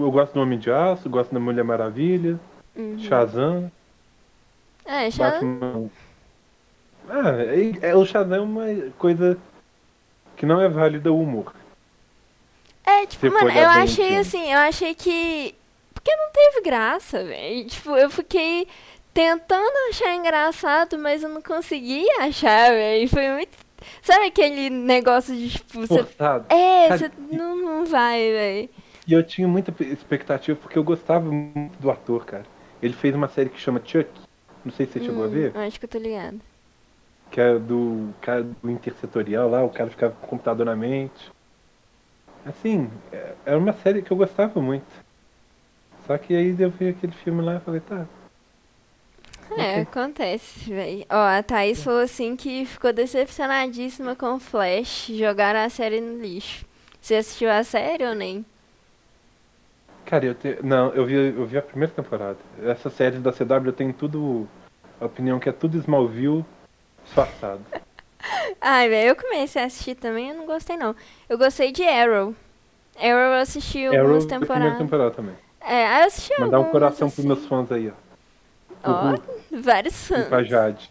Speaker 2: eu gosto do Homem de Aço, gosto da Mulher Maravilha,
Speaker 1: Uhum.
Speaker 2: Shazam,
Speaker 1: É, já...
Speaker 2: Batman. Ah, é, é- o Shazam é uma coisa que não é válida o humor.
Speaker 1: É, tipo,
Speaker 2: Se
Speaker 1: mano,
Speaker 2: for
Speaker 1: eu
Speaker 2: olhar bem o
Speaker 1: achei
Speaker 2: filme.
Speaker 1: assim, eu achei que. Porque não teve graça, velho. Tipo, eu fiquei tentando achar engraçado, mas eu não consegui achar, velho. Foi muito. Sabe aquele negócio de, tipo, você.
Speaker 2: Forçado.
Speaker 1: É,
Speaker 2: Cara,
Speaker 1: você
Speaker 2: e-
Speaker 1: não, não vai, velho.
Speaker 2: E eu tinha muita expectativa porque eu gostava muito do ator, cara. Ele fez uma série que chama Chuck. Não sei se você chegou a ver.
Speaker 1: Hum, Acho que eu tô ligado.
Speaker 2: Que é do cara do intersetorial lá, o cara ficava com o computador na mente. Assim, é- era uma série que eu gostava muito. Só que aí eu vi aquele filme lá e falei, tá.
Speaker 1: É,
Speaker 2: Ok.
Speaker 1: acontece, velho. Ó, a Thaís falou assim que ficou decepcionadíssima com o Flash. Jogaram a série no lixo. Você assistiu a série ou nem?
Speaker 2: Cara, eu te... Não, eu vi, eu vi a primeira temporada. Essa série da CW eu tenho tudo. A opinião que é tudo Smallville disfarçado.
Speaker 1: Ai, velho, eu comecei a assistir também, eu não gostei não. Eu gostei de Arrow. Arrow eu assisti
Speaker 2: Arrow
Speaker 1: algumas
Speaker 2: da primeira
Speaker 1: temporadas.
Speaker 2: temporada também.
Speaker 1: É, aí eu assisti
Speaker 2: Mandar um
Speaker 1: algumas,
Speaker 2: coração
Speaker 1: assim.
Speaker 2: pros meus fãs aí, ó.
Speaker 1: Ó,
Speaker 2: Uhul.
Speaker 1: vários
Speaker 2: E pra
Speaker 1: fãs.
Speaker 2: Jade.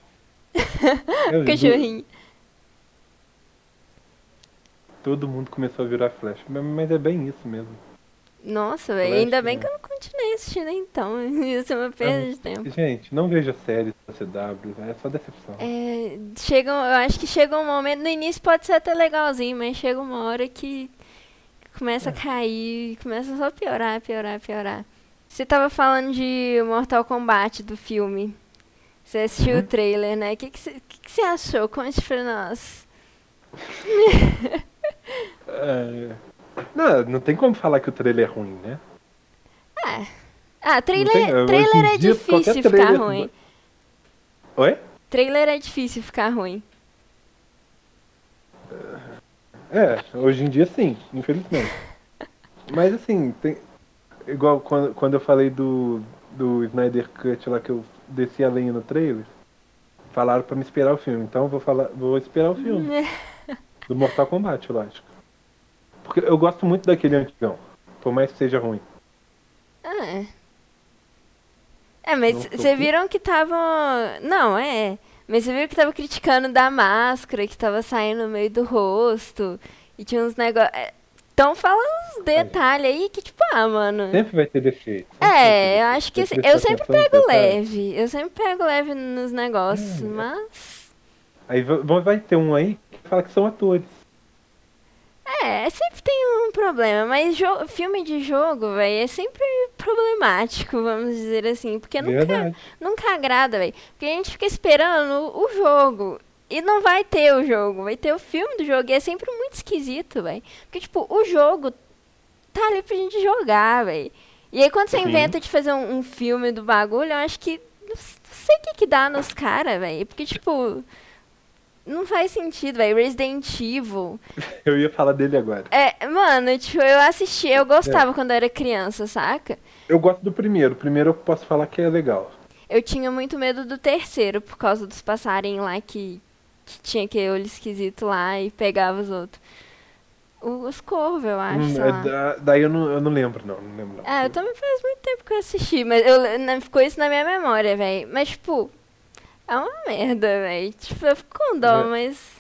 Speaker 2: Eu vi,
Speaker 1: Cachorrinho.
Speaker 2: Todo mundo começou a virar Flash. Mas- Mas é bem isso mesmo.
Speaker 1: Nossa, velho,
Speaker 2: Flash,
Speaker 1: ainda bem
Speaker 2: né? Uhum.
Speaker 1: que eu não continuei assistindo então. Isso é uma perda de tempo.
Speaker 2: Gente, não veja séries da CW, é só decepção.
Speaker 1: É, chega, um- eu acho que chega um momento, no início pode ser até legalzinho, mas chega uma hora que começa a
Speaker 2: É.
Speaker 1: cair, começa só a piorar, piorar, piorar. Você tava falando de Mortal Kombat do filme. Você assistiu o
Speaker 2: Uhum.
Speaker 1: trailer, né? O que que você que que você achou? Conte pra nós.
Speaker 2: É, Não, não tem como falar que o trailer é ruim, né?
Speaker 1: Ah, trailer,
Speaker 2: tem- hoje em
Speaker 1: trailer é
Speaker 2: dia,
Speaker 1: difícil
Speaker 2: qualquer
Speaker 1: ficar
Speaker 2: trailer- é
Speaker 1: ruim.
Speaker 2: Oi?
Speaker 1: Trailer é difícil ficar ruim.
Speaker 2: É, hoje em dia sim, infelizmente. Mas assim, tem... igual quando, quando eu falei do, do Snyder Cut lá que eu desci a lenha no trailer, falaram pra me esperar o filme, então eu vou falar, vou esperar o filme. Do Mortal Kombat, eu acho. Porque eu gosto muito daquele antigão. Por mais que seja ruim.
Speaker 1: Ah. É, mas
Speaker 2: Não tô
Speaker 1: vocês
Speaker 2: com-
Speaker 1: viram que estavam. Não, é. Mas vocês viram que tava criticando da máscara, que tava saindo no meio do rosto. E tinha uns negócios. Então fala uns detalhes aí que, tipo, ah, mano.
Speaker 2: É. Sempre vai ter defeito. sempre vai ter
Speaker 1: É, eu
Speaker 2: defeito.
Speaker 1: acho que
Speaker 2: Tem
Speaker 1: assim,
Speaker 2: prestar
Speaker 1: eu sempre
Speaker 2: atenção nos
Speaker 1: pego
Speaker 2: detalhes.
Speaker 1: leve. Eu sempre pego leve nos negócios,
Speaker 2: Hum, é.
Speaker 1: mas.
Speaker 2: Aí va- va- vai ter um aí que fala que são atores.
Speaker 1: É, sempre tem um problema, mas jo- filme de jogo, velho, é sempre problemático, vamos dizer assim, porque nunca,
Speaker 2: Verdade.
Speaker 1: nunca agrada, velho. Porque a gente fica esperando o jogo e não vai ter o jogo, vai ter o filme do jogo e é sempre muito esquisito, velho. Porque, tipo, o jogo tá ali pra gente jogar, velho. E aí quando você
Speaker 2: Sim.
Speaker 1: inventa de fazer um, um filme do bagulho, eu acho que não s- não sei o que que dá nos caras, velho. Porque, tipo, não faz sentido, velho. Resident Evil...
Speaker 2: Eu ia falar dele agora.
Speaker 1: É, mano, tipo, eu assisti, eu gostava quando eu era criança, saca?
Speaker 2: Eu gosto do primeiro. O primeiro eu posso falar que é legal.
Speaker 1: Eu tinha muito medo do terceiro, por causa dos passarinhos lá que, que tinha aquele olho esquisito lá e pegava os outros. O- Os corvos, eu acho,
Speaker 2: Hum,
Speaker 1: sei
Speaker 2: é
Speaker 1: lá.
Speaker 2: da- daí eu não, eu não lembro, não. Não lembro, não.
Speaker 1: Ah, eu também faz muito tempo que eu assisti, mas eu, le- né, ficou isso na minha memória, velho. Mas, tipo, é uma merda, velho. Tipo, eu fico com dó,
Speaker 2: É.
Speaker 1: mas...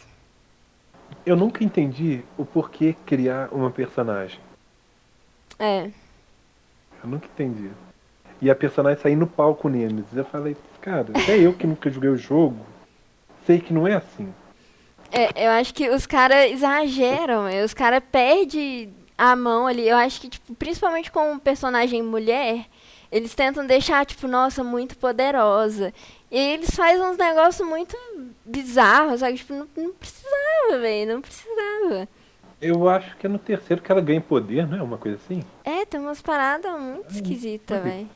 Speaker 2: Eu nunca entendi o porquê criar uma personagem.
Speaker 1: É,
Speaker 2: Eu nunca entendi. E a personagem sair no palco Nemesis. Eu falei, cara, até eu que nunca joguei o jogo, sei que não é assim.
Speaker 1: É, eu acho que os caras exageram, é, os caras perdem a mão ali. Eu acho que, tipo, principalmente com um personagem mulher, eles tentam deixar, tipo, nossa, muito poderosa. E aí eles fazem uns negócios muito bizarros, sabe? Tipo, não, não precisava, velho, não precisava.
Speaker 2: Eu acho que é no terceiro que ela ganha poder, não é? Uma coisa assim.
Speaker 1: É, tem umas paradas muito esquisitas, velho.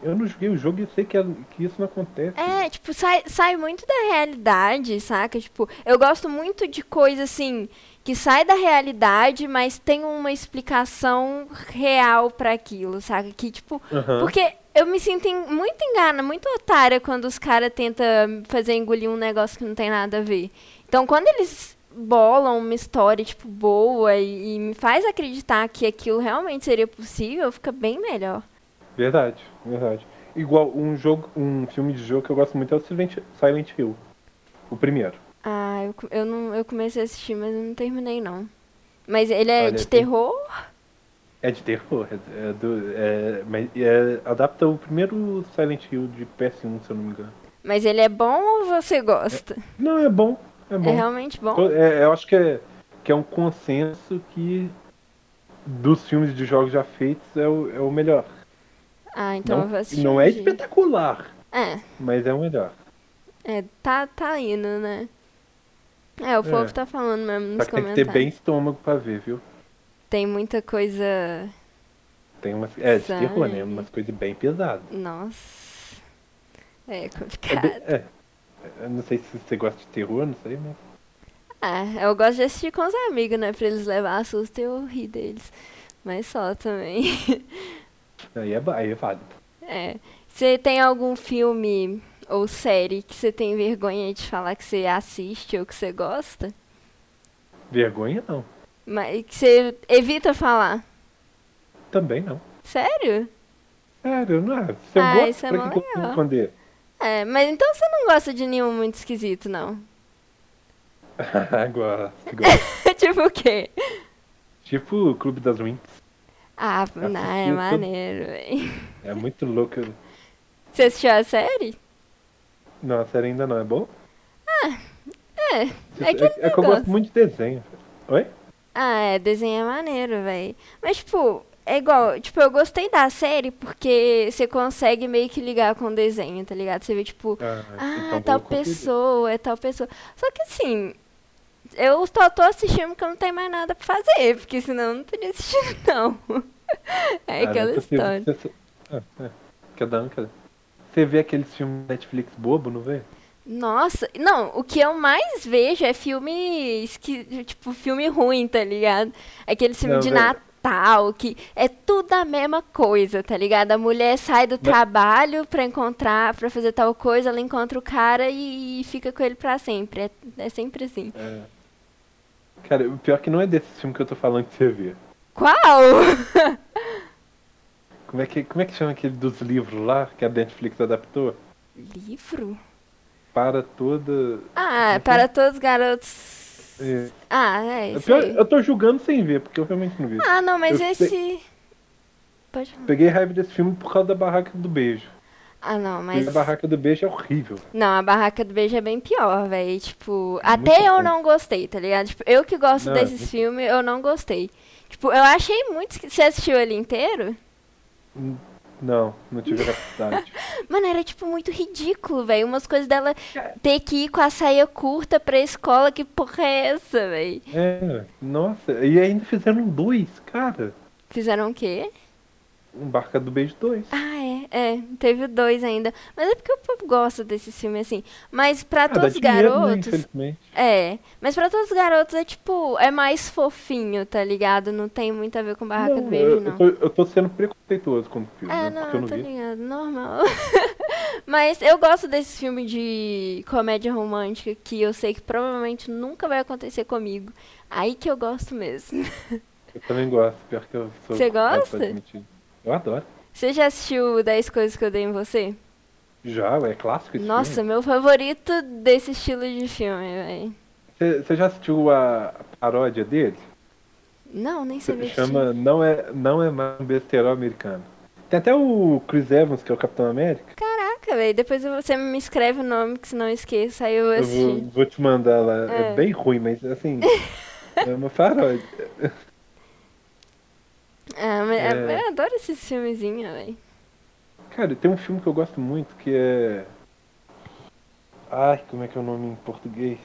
Speaker 2: Eu não joguei o jogo e eu sei que, ela- que isso não acontece.
Speaker 1: É, tipo, sai, sai muito da realidade, saca? Tipo, eu gosto muito de coisa assim que sai da realidade, mas tem uma explicação real pra aquilo, saca? Que tipo,
Speaker 2: Aham.
Speaker 1: porque Eu me sinto en- muito engana, muito otária quando os caras tentam fazer engolir um negócio que não tem nada a ver. Então, quando eles bolam uma história, tipo, boa e, e me faz acreditar que aquilo realmente seria possível, fica bem melhor.
Speaker 2: Verdade, verdade. Igual um jogo, um filme de jogo que eu gosto muito é o Silent, Silent Hill. O primeiro.
Speaker 1: Ah, eu, co- eu, não, eu comecei a assistir, mas eu não terminei, não. Mas ele é
Speaker 2: Olha,
Speaker 1: de
Speaker 2: tem-
Speaker 1: terror?
Speaker 2: É de terror, é, é do, é, mas é, adapta o primeiro Silent Hill de PS1, se eu não me engano.
Speaker 1: Mas ele é bom ou você gosta?
Speaker 2: Não, é bom, é
Speaker 1: É,
Speaker 2: bom.
Speaker 1: realmente bom?
Speaker 2: Eu- é- eu acho que é, que é um consenso que dos filmes de jogos já feitos é o, é o melhor.
Speaker 1: Ah, então eu vou
Speaker 2: não,
Speaker 1: assistir.
Speaker 2: não
Speaker 1: um
Speaker 2: é
Speaker 1: dia.
Speaker 2: espetacular,
Speaker 1: É,
Speaker 2: mas é o melhor.
Speaker 1: é, tá, tá indo, né? É, o
Speaker 2: É.
Speaker 1: povo tá falando mesmo
Speaker 2: Só
Speaker 1: nos
Speaker 2: que tem que ter
Speaker 1: comentários.
Speaker 2: bem estômago pra ver, viu?
Speaker 1: Tem muita coisa.
Speaker 2: Tem umas. É, de
Speaker 1: Sangue.
Speaker 2: terror, né? Umas coisas bem pesadas.
Speaker 1: Nossa. É
Speaker 2: É
Speaker 1: complicado.
Speaker 2: bem- é. Eu não sei se você gosta de terror, não sei, mas.
Speaker 1: Ah, eu gosto de assistir com os amigos, né? Pra eles levar susto e eu rir deles. Mas só também.
Speaker 2: Aí é, ba- aí é válido.
Speaker 1: É. Você tem algum filme ou série que você tem vergonha de falar que você assiste ou que você gosta?
Speaker 2: Vergonha não.
Speaker 1: Mas que você evita falar?
Speaker 2: Também não.
Speaker 1: Sério?
Speaker 2: Sério, não é. Se eu
Speaker 1: Ah,
Speaker 2: gosto,
Speaker 1: isso é
Speaker 2: pra
Speaker 1: mó
Speaker 2: que que eu
Speaker 1: legal.
Speaker 2: vou esconder?
Speaker 1: É, mas então você não gosta de nenhum muito esquisito, não?
Speaker 2: gosto, gosto.
Speaker 1: tipo o quê?
Speaker 2: tipo o Clube das Winx.
Speaker 1: Ah, não, é
Speaker 2: assisti
Speaker 1: maneiro, velho.
Speaker 2: É muito louco.
Speaker 1: Você assistiu a série?
Speaker 2: Não, a série ainda não é boa?
Speaker 1: É.
Speaker 2: É,
Speaker 1: aquele
Speaker 2: é que eu gosto
Speaker 1: negócio.
Speaker 2: muito de desenho. Oi?
Speaker 1: Ah, é, desenho é maneiro, velho. Mas, tipo, é igual, tipo, eu gostei da série porque você consegue meio que ligar com o desenho, tá ligado? Você vê, tipo,
Speaker 2: Ah,
Speaker 1: ah,
Speaker 2: então
Speaker 1: é tal
Speaker 2: vou conferir.
Speaker 1: pessoa, é tal pessoa. Só que assim, eu só tô assistindo porque eu não tenho mais nada pra fazer, porque senão eu não teria assistido, não. É
Speaker 2: Ah,
Speaker 1: aquela
Speaker 2: não, você-
Speaker 1: história.
Speaker 2: você- ah, é. Cada um, cada- Você vê aqueles filmes Netflix bobo, não vê?
Speaker 1: Nossa, não, o que eu mais vejo é filme, esqui- tipo, filme ruim, tá ligado? Aquele filme
Speaker 2: Não,
Speaker 1: de
Speaker 2: velho.
Speaker 1: Natal, que é tudo a mesma coisa, tá ligado? A mulher sai do trabalho pra encontrar, pra fazer tal coisa, ela encontra o cara e, e fica com ele pra sempre. É, é sempre assim.
Speaker 2: É. Cara, o pior que não é desse filme que eu tô falando que você vê.
Speaker 1: Qual?
Speaker 2: Como é que, como é que chama aquele dos livros lá que a Netflix adaptou?
Speaker 1: Livro?
Speaker 2: Para toda.
Speaker 1: Ah, para todos os garotos.
Speaker 2: Uhum. É.
Speaker 1: Ah, é
Speaker 2: O
Speaker 1: isso
Speaker 2: pior-
Speaker 1: aí.
Speaker 2: eu tô julgando sem ver, porque eu realmente não vi.
Speaker 1: Ah, não, mas
Speaker 2: eu sei-
Speaker 1: esse. Pode falar.
Speaker 2: Peguei raiva desse filme por causa da barraca do beijo.
Speaker 1: Ah, não,
Speaker 2: Porque
Speaker 1: mas.
Speaker 2: a barraca do beijo é horrível.
Speaker 1: Não, a barraca do beijo é bem pior, velho. Tipo,
Speaker 2: É muito
Speaker 1: até eu
Speaker 2: ruim.
Speaker 1: não gostei, tá ligado? Tipo, eu que gosto
Speaker 2: Não, é
Speaker 1: desses
Speaker 2: muito-
Speaker 1: filmes, eu não gostei. Tipo, eu achei muito. esqui- Você assistiu ele inteiro?
Speaker 2: N- Não, não tive capacidade.
Speaker 1: Mano, era tipo muito ridículo, velho. Umas coisas dela ter que ir com a saia curta pra escola, que porra é essa, velho?
Speaker 2: É, nossa, e ainda fizeram dois, cara.
Speaker 1: Fizeram o quê?
Speaker 2: Um barca do beijo dois.
Speaker 1: Ah, é, é. Teve o dois ainda. Mas é porque o povo gosta desses filmes assim. Mas pra
Speaker 2: Ah, dá
Speaker 1: todos os
Speaker 2: dinheiro, né,
Speaker 1: garotos.
Speaker 2: infelizmente.
Speaker 1: É, mas pra todos os garotos é tipo, é mais fofinho, tá ligado? Não tem muito a ver com barraca
Speaker 2: Não,
Speaker 1: do beijo,
Speaker 2: eu,
Speaker 1: não.
Speaker 2: eu tô, eu tô sendo preconceituoso com o filme,
Speaker 1: É,
Speaker 2: né,
Speaker 1: não,
Speaker 2: porque eu não
Speaker 1: tô
Speaker 2: vi.
Speaker 1: ligado, normal. mas eu gosto desses filmes de comédia romântica que eu sei que provavelmente nunca vai acontecer comigo. Aí que eu gosto mesmo.
Speaker 2: Eu também gosto, pior que eu sou.
Speaker 1: Você
Speaker 2: culpado
Speaker 1: gosta?
Speaker 2: pra admitir. Eu adoro.
Speaker 1: Você já assistiu 10 Coisas que eu dei em você?
Speaker 2: Já, é clássico esse
Speaker 1: Nossa,
Speaker 2: filme.
Speaker 1: meu favorito desse estilo de filme, velho.
Speaker 2: Você você já assistiu a a paródia dele?
Speaker 1: Não, nem
Speaker 2: Se
Speaker 1: sabia que
Speaker 2: chama não é, não é mais um besterol americano. Tem até o Chris Evans, que é o Capitão América.
Speaker 1: Caraca, velho. Depois você me escreve o nome, que senão eu esqueço. Aí eu vou
Speaker 2: Eu
Speaker 1: assistir.
Speaker 2: vou, vou te mandar lá. É.
Speaker 1: É.
Speaker 2: bem ruim, mas assim. é uma paródia.
Speaker 1: Ah, mas
Speaker 2: É.
Speaker 1: eu adoro esses filmezinhos, velho.
Speaker 2: Cara, tem um filme que eu gosto muito que é. Ai, como é que é o nome em português?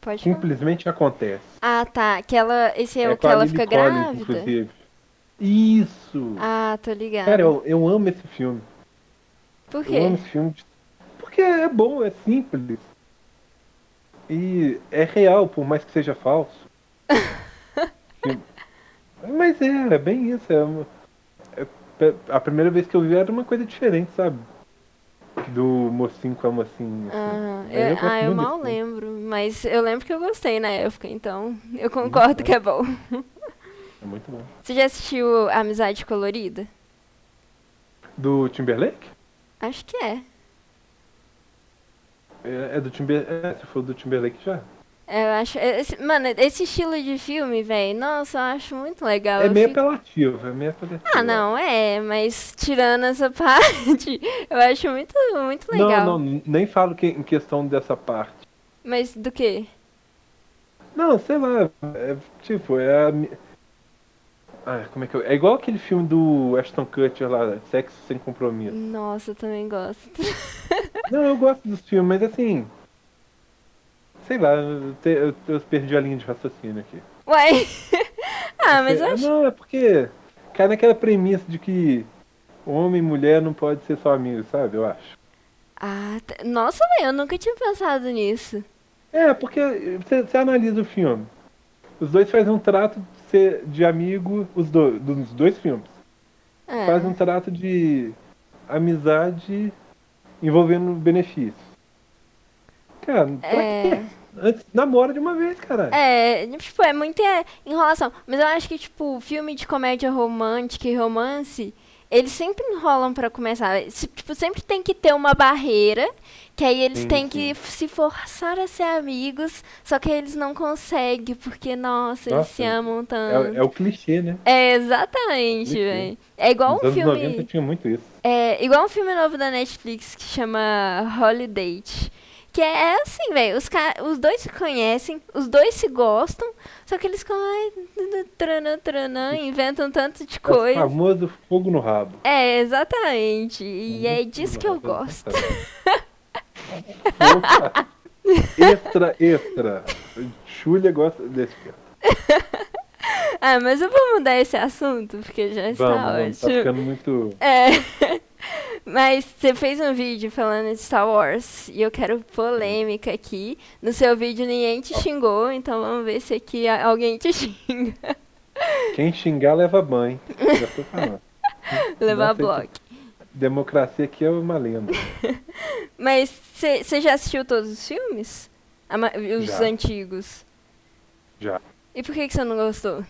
Speaker 1: Pode falar.
Speaker 2: Simplesmente acontece.
Speaker 1: Ah, tá. Que ela, esse é, o
Speaker 2: com
Speaker 1: que
Speaker 2: a
Speaker 1: ela
Speaker 2: Lily
Speaker 1: fica
Speaker 2: Collins,
Speaker 1: grávida?
Speaker 2: inclusive. Isso!
Speaker 1: Ah, tô ligada.
Speaker 2: Cara, eu, eu amo esse filme.
Speaker 1: Por
Speaker 2: Eu amo
Speaker 1: quê?
Speaker 2: esse filme. de- Porque é bom, é simples. E é real, por mais que seja falso. E- Mas é, é bem isso. É, uma- é pe- a primeira vez que eu vi era uma coisa diferente, sabe? Do mocinho com a mocinha. assim.
Speaker 1: Ah,
Speaker 2: Eu
Speaker 1: eu,
Speaker 2: gosto
Speaker 1: ah, eu
Speaker 2: muito
Speaker 1: mal
Speaker 2: desse filme.
Speaker 1: lembro, mas eu lembro que eu gostei na época, então eu concordo que é bom.
Speaker 2: É muito bom.
Speaker 1: Você já assistiu Amizade Colorida?
Speaker 2: Do Timberlake?
Speaker 1: Acho que é.
Speaker 2: É, é do Timberlake. É, se for do Timberlake já.
Speaker 1: Eu acho, esse- mano, esse estilo de filme, velho, nossa, eu acho muito legal.
Speaker 2: é
Speaker 1: Ah, eu
Speaker 2: meio
Speaker 1: fico-
Speaker 2: apelativo, é meio apelativo.
Speaker 1: Ah, não, é, mas tirando essa parte, eu acho muito, muito legal.
Speaker 2: Não, não, nem falo que, em questão dessa parte.
Speaker 1: Mas do quê?
Speaker 2: Não, sei lá. É, tipo, é a. mi- Ah, como é que eu. É igual aquele filme do Ashton Kutcher lá, Sexo Sem Compromisso.
Speaker 1: Nossa, eu também gosto.
Speaker 2: Não, eu gosto dos filmes, mas assim. Sei lá, eu, te- eu- eu perdi a linha de raciocínio aqui.
Speaker 1: Uai. ah, mas eu acho.
Speaker 2: Não, é porque. Cai naquela premissa de que homem e mulher não pode ser só amigos, sabe? Eu acho.
Speaker 1: Ah, t- nossa, velho, eu nunca tinha pensado nisso.
Speaker 2: É, porque você você analisa o filme. Os dois fazem um trato de, ser, de amigo, os do, dos dois filmes.
Speaker 1: É.
Speaker 2: Faz um trato de amizade envolvendo benefícios. Cara, pra
Speaker 1: É.
Speaker 2: quê? Antes, namora de uma vez, caralho.
Speaker 1: É, tipo, é muita enrolação. Mas eu acho que, tipo, filme de comédia romântica e romance, eles sempre enrolam pra começar. Se- Tipo, sempre tem que ter uma barreira, que aí eles
Speaker 2: Sim,
Speaker 1: têm
Speaker 2: sim.
Speaker 1: que f- se forçar a ser amigos, só que aí eles não conseguem, porque, nossa, eles
Speaker 2: Nossa,
Speaker 1: se amam
Speaker 2: É, é
Speaker 1: tanto.
Speaker 2: o clichê, né?
Speaker 1: É, exatamente,
Speaker 2: Clichê.
Speaker 1: velho. É igual
Speaker 2: Nos
Speaker 1: um
Speaker 2: anos
Speaker 1: filme.
Speaker 2: 90 tinha muito isso.
Speaker 1: É igual um filme novo da Netflix que chama Holiday. Que é assim, velho, os, ca- os dois se conhecem, os dois se gostam, só que eles ficam, ai, tudo, tranã, tranã, inventam tanto de
Speaker 2: É O
Speaker 1: coisa.
Speaker 2: famoso fogo no rabo.
Speaker 1: É, exatamente. E é
Speaker 2: Muito
Speaker 1: disso que eu
Speaker 2: bom.
Speaker 1: gosto.
Speaker 2: Opa! Extra, extra. Júlia gosta desse filme.
Speaker 1: Ah, mas eu vou mudar esse assunto, porque já está
Speaker 2: Vamos, vamos, tá
Speaker 1: ótimo.
Speaker 2: ficando muito.
Speaker 1: É. Mas você fez um vídeo falando de Star Wars e eu quero polêmica aqui. No seu vídeo ninguém te xingou, então vamos ver se aqui a- alguém te xinga.
Speaker 2: Quem xingar leva banho. Já tô falando.
Speaker 1: Levar
Speaker 2: Nossa,
Speaker 1: bloco.
Speaker 2: Democracia aqui é uma lenda.
Speaker 1: Mas você você já assistiu todos os filmes? A ma- os
Speaker 2: Já.
Speaker 1: antigos?
Speaker 2: Já.
Speaker 1: E por que que você não gostou?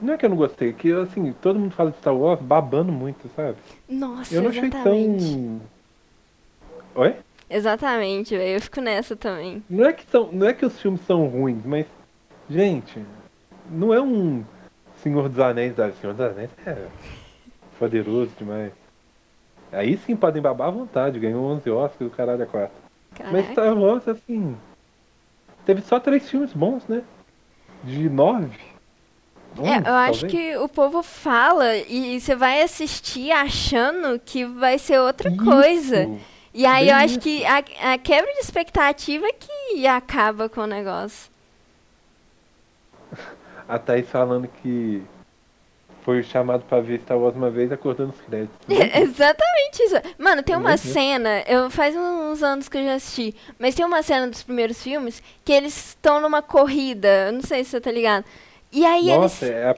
Speaker 2: Não é que eu não gostei, é que assim, todo mundo fala de Star Wars babando muito, sabe?
Speaker 1: Nossa,
Speaker 2: Eu não achei
Speaker 1: exatamente.
Speaker 2: tão. Oi?
Speaker 1: Exatamente, velho. Eu fico nessa também.
Speaker 2: Não é, que são, não é que os filmes são ruins, mas. Gente, não é um Senhor dos Anéis, sabe? Senhor dos Anéis é poderoso demais. Aí sim podem babar à vontade, ganhou 11 Oscars, o caralho é 4. Mas
Speaker 1: Caraca.
Speaker 2: Star Wars, assim. Teve só três filmes bons, né? De nove.
Speaker 1: É, eu
Speaker 2: Onze,
Speaker 1: acho
Speaker 2: Hum, talvez.
Speaker 1: que o povo fala e você vai assistir achando que vai ser outra
Speaker 2: Isso.
Speaker 1: coisa. E aí
Speaker 2: Bem
Speaker 1: eu acho
Speaker 2: isso.
Speaker 1: que a, a quebra de expectativa é que acaba com o negócio.
Speaker 2: A Thaís falando que foi chamado pra ver Star Wars uma vez acordando os créditos.
Speaker 1: É, Exatamente isso. Mano, tem
Speaker 2: É
Speaker 1: uma
Speaker 2: mesmo, né?
Speaker 1: cena, eu faz uns anos que eu já assisti, mas tem uma cena dos primeiros filmes que eles estão numa corrida, eu não sei se você tá ligado. E aí
Speaker 2: Nossa,
Speaker 1: eles
Speaker 2: é a,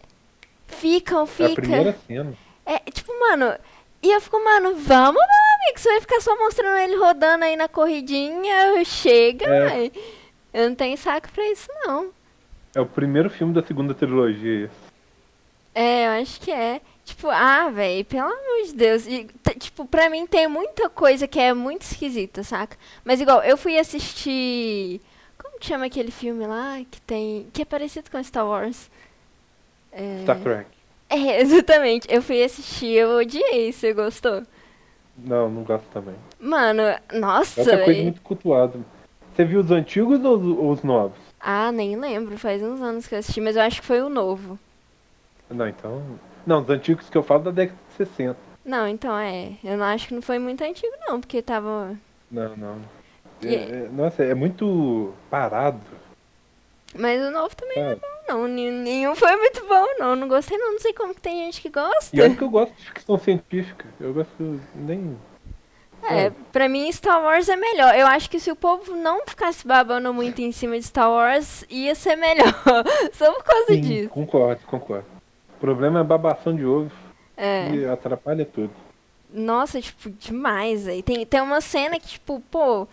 Speaker 1: ficam,
Speaker 2: é a
Speaker 1: ficam.
Speaker 2: primeira cena.
Speaker 1: É, tipo, mano, e eu fico, mano, vamos, meu amigo, você vai ficar só mostrando ele rodando aí na corridinha, chega,
Speaker 2: É.
Speaker 1: vai. Eu não tenho saco pra isso, não.
Speaker 2: É o primeiro filme da segunda trilogia. esse.
Speaker 1: É, eu acho que é. Tipo, ah, velho, pelo amor de Deus. E, t- tipo, pra mim tem muita coisa que é muito esquisita, saca? Mas igual, eu fui assistir. Como que chama aquele filme lá que tem. que é parecido com Star Wars? É,
Speaker 2: Star Trek.
Speaker 1: é, exatamente. Eu fui assistir, eu odiei. Você gostou?
Speaker 2: Não, não gosto também. É
Speaker 1: Mano, nossa,
Speaker 2: Outra coisa
Speaker 1: velho.
Speaker 2: muito cultuada. Você viu os antigos ou os- ou os novos?
Speaker 1: Ah, nem lembro. Faz uns anos que eu assisti, mas eu acho que foi o novo.
Speaker 2: Não, então. Não, os antigos que eu falo da década de 60.
Speaker 1: Não, então é. Eu não acho que não foi muito antigo, não, porque tava.
Speaker 2: Não, não.
Speaker 1: E-
Speaker 2: É- é- nossa, é muito parado.
Speaker 1: Mas o novo também não é
Speaker 2: É.
Speaker 1: bom, não. Nen- Nenhum foi muito bom, não. Não gostei, não. Não sei como que tem gente que gosta.
Speaker 2: E olha que eu gosto de ficção científica. Eu gosto nem.
Speaker 1: É, pra mim, Star Wars é melhor. Eu acho que se o povo não ficasse babando muito em cima de Star Wars, ia ser melhor. Só por causa
Speaker 2: Sim,
Speaker 1: disso.
Speaker 2: Concordo, concordo. O problema é babação de ovo.
Speaker 1: É.
Speaker 2: E atrapalha tudo.
Speaker 1: Nossa, tipo, demais, aí tem, tem uma cena que, tipo, pô,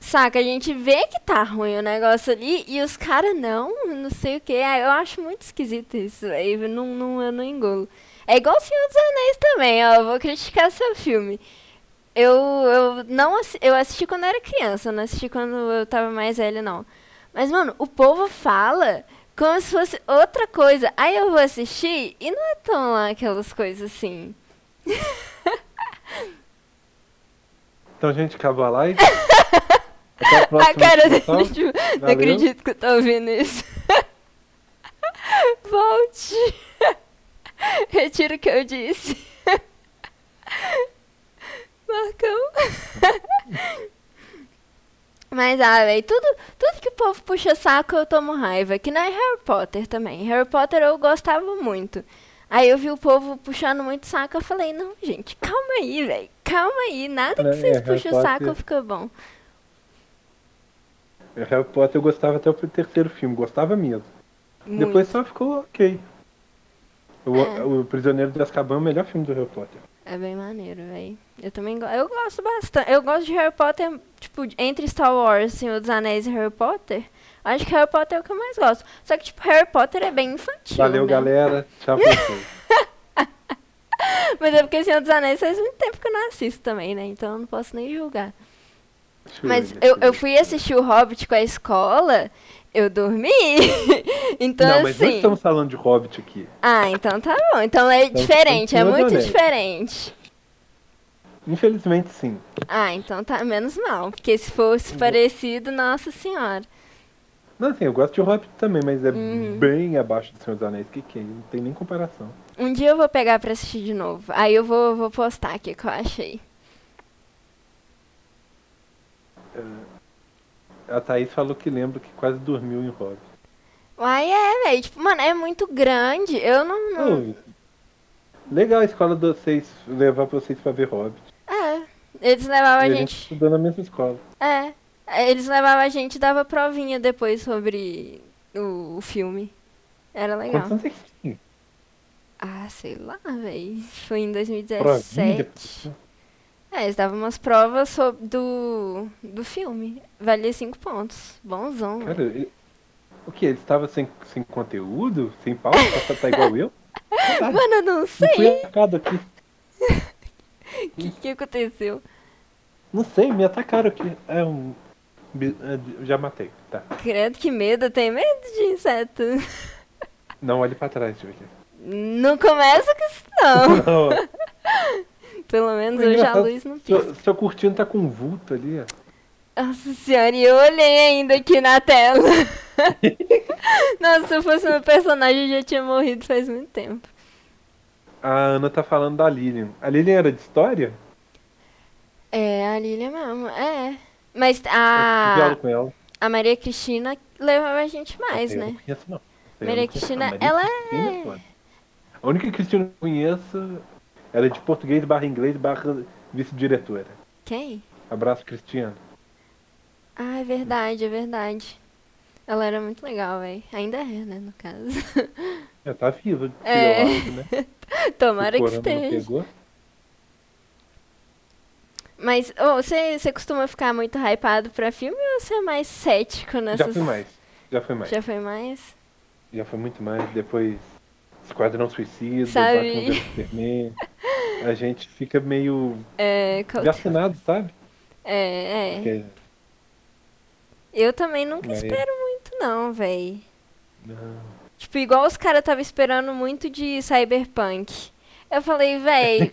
Speaker 1: saca, a gente vê que tá ruim o negócio ali e os caras não, não sei o que. Eu acho muito esquisito isso, aí eu não, não, eu não engolo. É igual o Senhor dos Anéis também, ó, eu vou criticar seu filme. Eu, eu não assi- eu assisti quando era criança, eu não assisti quando eu tava mais velha, não. Mas, mano, o povo fala como se fosse outra coisa. Aí eu vou assistir e não é tão lá aquelas coisas assim.
Speaker 2: Então, gente, acabou a live. Até a
Speaker 1: A
Speaker 2: próxima.
Speaker 1: Ah, cara dele,
Speaker 2: edição.
Speaker 1: tipo, não
Speaker 2: Valeu.
Speaker 1: acredito que eu tô ouvindo isso. Volte. Retiro o que eu disse. Marcão. Mas, ah, velho, tudo, tudo que o povo puxa saco eu tomo raiva. Que não é Harry Potter também. Harry Potter eu gostava muito. Aí eu vi o povo puxando muito saco, eu falei, não, gente, calma aí, velho. Calma aí, nada
Speaker 2: É,
Speaker 1: que vocês
Speaker 2: Harry
Speaker 1: puxem o saco
Speaker 2: Potter-
Speaker 1: fica bom.
Speaker 2: É, Harry Potter eu gostava até o terceiro filme, gostava mesmo.
Speaker 1: Muito.
Speaker 2: Depois só ficou ok. O,
Speaker 1: É.
Speaker 2: o Prisioneiro de Azkaban é o melhor filme do Harry Potter.
Speaker 1: É bem maneiro, velho. Eu também go eu gosto bastante. Eu gosto de Harry Potter, tipo, entre Star Wars, Senhor dos Anéis e Harry Potter. Acho que Harry Potter é o que eu mais gosto. Só que, tipo, Harry Potter é bem infantil.
Speaker 2: Valeu,
Speaker 1: né?
Speaker 2: galera. Tchau pra vocês.
Speaker 1: Mas é porque Senhor dos Anéis faz muito tempo que eu não assisto também, né? Então eu não posso nem julgar.
Speaker 2: Deixa
Speaker 1: Mas
Speaker 2: ver,
Speaker 1: eu,
Speaker 2: deixa
Speaker 1: eu
Speaker 2: ver.
Speaker 1: fui assistir o Hobbit com a escola, eu dormi. então,
Speaker 2: não, mas não
Speaker 1: assim.
Speaker 2: estamos falando de Hobbit aqui.
Speaker 1: Ah, então tá bom. Então é
Speaker 2: Estamos
Speaker 1: diferente, é
Speaker 2: falando de Senhor dos
Speaker 1: muito
Speaker 2: Anéis.
Speaker 1: diferente.
Speaker 2: Infelizmente, sim.
Speaker 1: Ah, então tá menos mal. Porque se
Speaker 2: Uhum.
Speaker 1: fosse parecido, nossa senhora.
Speaker 2: Não, assim, eu gosto de Hobbit também, mas é
Speaker 1: Uhum.
Speaker 2: bem abaixo do Senhor dos Anéis. Que que é? Não tem nem comparação.
Speaker 1: Um dia eu vou pegar pra assistir de novo. Aí eu vou, vou postar aqui o que eu achei.
Speaker 2: A Thaís falou que lembra que quase dormiu em Hobbit.
Speaker 1: Uai, é, velho. Tipo, mano, é muito grande. Eu não.
Speaker 2: Hum.
Speaker 1: não...
Speaker 2: Ô, legal a escola de vocês levar vocês pra ver Hobbit.
Speaker 1: É. Eles levavam a
Speaker 2: E
Speaker 1: gente.
Speaker 2: estudou na mesma escola.
Speaker 1: É. Eles levavam a gente e dava provinha depois sobre o, o filme. Era legal.
Speaker 2: Quantos anos vocês tinham?
Speaker 1: Ah, sei lá, velho. Foi em
Speaker 2: Provinha
Speaker 1: 2017.
Speaker 2: depois?
Speaker 1: É, eles davam umas provas sobre do, do filme. Valia 5 pontos. Bonzão, véi.
Speaker 2: Cara, ele- o que? Ele estava sem, sem conteúdo? Sem pauta? Pra tá igual eu?
Speaker 1: Mano, eu não
Speaker 2: Não fui
Speaker 1: sei
Speaker 2: atacado aqui.
Speaker 1: o que, que aconteceu.
Speaker 2: Não sei, me atacaram aqui. É um. bi- é, Já matei. Tá.
Speaker 1: Credo que medo, eu tenho medo de inseto.
Speaker 2: Não olhe pra trás, Julia.
Speaker 1: Não começa com isso, não.
Speaker 2: Não.
Speaker 1: Pelo menos
Speaker 2: Foi
Speaker 1: hoje a
Speaker 2: engraçado.
Speaker 1: luz não pisca.
Speaker 2: Seu, seu curtindo tá com um vulto ali, ó.
Speaker 1: Nossa senhora, e eu olhei ainda aqui na tela. Nossa, se eu fosse meu personagem, eu já tinha morrido faz muito tempo.
Speaker 2: A Ana tá falando da Lilian. A Lilian era de história?
Speaker 1: É, a Lilia mesmo, é. Mas
Speaker 2: Eu tive aula
Speaker 1: a,
Speaker 2: com ela.
Speaker 1: a Maria Cristina levava a gente mais,
Speaker 2: eu não
Speaker 1: né?
Speaker 2: conheço, não. Eu
Speaker 1: Maria
Speaker 2: não conheço,
Speaker 1: Cristina,
Speaker 2: não. Maria
Speaker 1: ela
Speaker 2: Cristina,
Speaker 1: é-
Speaker 2: mano. A única Cristina que eu conheço era de português barra inglês barra vice-diretora.
Speaker 1: Quem?
Speaker 2: Abraço, Cristiano.
Speaker 1: Ah, é verdade, é verdade. Ela era muito legal, véi. Ainda é, né, no caso.
Speaker 2: Já tá viva, que
Speaker 1: É.
Speaker 2: eu acho, né? Que
Speaker 1: Tomara
Speaker 2: o
Speaker 1: que
Speaker 2: corona não
Speaker 1: esteja.
Speaker 2: pegou.
Speaker 1: Mas ô, você você costuma ficar muito hypado pra filme ou você é mais cético nessas...
Speaker 2: Já foi mais. Já foi mais. Já...
Speaker 1: Já foi mais?
Speaker 2: foi muito mais. Depois, Esquadrão Suicida,
Speaker 1: Sabe?
Speaker 2: Batman vs Superman. A gente fica meio
Speaker 1: É, qual-
Speaker 2: vacinado, sabe?
Speaker 1: é, é.
Speaker 2: Porque,
Speaker 1: Eu também nunca
Speaker 2: Mas-
Speaker 1: espero muito não, véi.
Speaker 2: não.
Speaker 1: Tipo, igual os caras tava esperando muito de Cyberpunk. Eu falei, véi...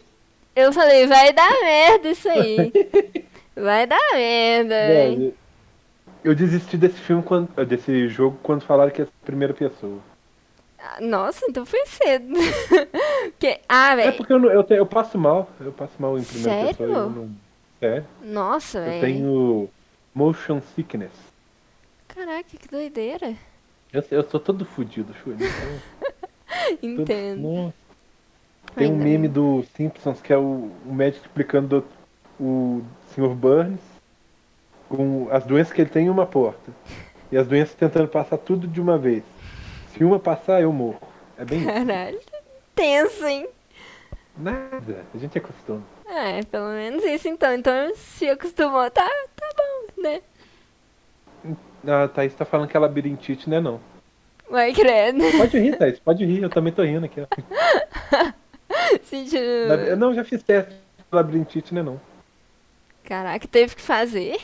Speaker 1: eu falei, vai dar merda isso aí. Vai dar merda, véi.
Speaker 2: Velho, né? eu desisti desse filme, quando, desse jogo, quando falaram que é primeira pessoa.
Speaker 1: Ah, Nossa, então foi cedo. Porque- Ah,
Speaker 2: É
Speaker 1: véi.
Speaker 2: porque eu, não- eu, te- eu passo mal. Eu passo mal em primeira
Speaker 1: Sério?
Speaker 2: pessoa. Eu não, é,
Speaker 1: Nossa,
Speaker 2: eu
Speaker 1: véi.
Speaker 2: tenho motion sickness.
Speaker 1: Caraca, que doideira.
Speaker 2: Eu, eu sou todo fudido, Júlio. então, todo-
Speaker 1: Entendo.
Speaker 2: Nossa. Tem um
Speaker 1: Ainda-
Speaker 2: meme do Simpsons que é o, o médico explicando do- o Sr. Burns com as doenças que ele tem em uma porta. E as doenças tentando passar tudo de uma vez. Se uma passar, eu morro. É bem isso.
Speaker 1: Caralho, tenso, hein?
Speaker 2: Nada, a gente acostuma.
Speaker 1: É, pelo menos isso então. Então se acostumou, tá, tá bom, né?
Speaker 2: A Thaís tá falando que é labirintite, né? Não.
Speaker 1: Vai credo.
Speaker 2: Pode rir, Thaís, pode rir, eu também tô rindo aqui. ó.
Speaker 1: Sentindo.
Speaker 2: Labi- Não, já fiz teste de labirintite, né? Não.
Speaker 1: Caraca, teve que fazer?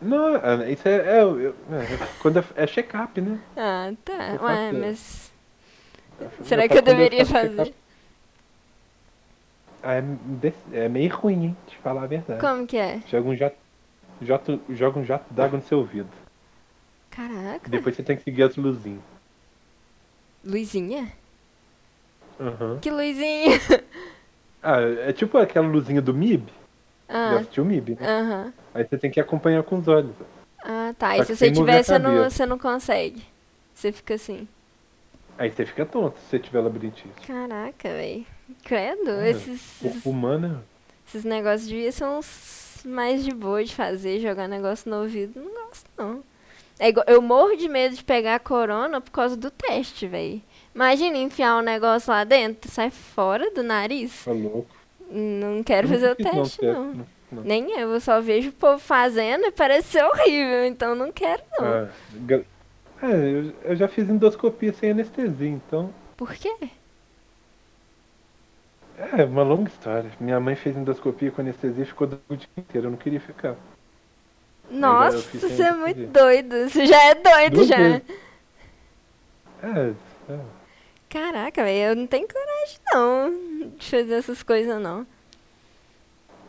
Speaker 2: Não, ah, isso é. é, eu- é, quando é, é check-up, né?
Speaker 1: Ah, tá.
Speaker 2: Eu
Speaker 1: Ué,
Speaker 2: faço-
Speaker 1: mas. Será
Speaker 2: Já
Speaker 1: que eu
Speaker 2: quando
Speaker 1: deveria
Speaker 2: faço check-up-
Speaker 1: fazer?
Speaker 2: Ah, é, desse- é meio ruim, hein? Te falar a verdade.
Speaker 1: Como que é?
Speaker 2: Joga um jato, jato- joga um jato d'água no seu ouvido.
Speaker 1: Caraca.
Speaker 2: Depois você tem que seguir as luzinhas.
Speaker 1: Luzinha?
Speaker 2: Aham.
Speaker 1: Que luzinha?
Speaker 2: Ah, é tipo aquela luzinha do MIB. Já
Speaker 1: Ah,
Speaker 2: assistiu o MIB, né?
Speaker 1: aham.
Speaker 2: Aí você tem que acompanhar com os olhos.
Speaker 1: Ah, tá.
Speaker 2: Só
Speaker 1: E
Speaker 2: que
Speaker 1: se você
Speaker 2: sem mover
Speaker 1: tiver,
Speaker 2: a
Speaker 1: você não,
Speaker 2: cabeça.
Speaker 1: você não consegue. Você fica assim.
Speaker 2: Aí você fica tonto se você tiver labirintite.
Speaker 1: Caraca, velho. Credo,
Speaker 2: É,
Speaker 1: esses,
Speaker 2: O humano,
Speaker 1: esses negócios de são os mais de boa de fazer, jogar negócio no ouvido, não gosto não. É igual- eu morro de medo de pegar corona por causa do teste, velho. Imagina enfiar um negócio lá dentro, sai fora do nariz.
Speaker 2: é louco.
Speaker 1: Não quero
Speaker 2: Eu nunca
Speaker 1: fazer o
Speaker 2: fiz, não,
Speaker 1: teste,
Speaker 2: teste,
Speaker 1: não.
Speaker 2: não.
Speaker 1: Nem eu, eu só vejo o povo fazendo e parece ser horrível, então não quero não.
Speaker 2: Ah, ga- é, eu- eu já fiz endoscopia sem anestesia, então.
Speaker 1: Por quê?
Speaker 2: É uma longa história. Minha mãe fez endoscopia com anestesia e ficou doido o dia inteiro. Eu não queria ficar.
Speaker 1: Nossa,
Speaker 2: fiz sem
Speaker 1: você é muito
Speaker 2: anestesia.
Speaker 1: doido. Você já é doido
Speaker 2: Duas
Speaker 1: já.
Speaker 2: vezes. É, é.
Speaker 1: Caraca, velho, eu não tenho coragem não de fazer essas coisas não.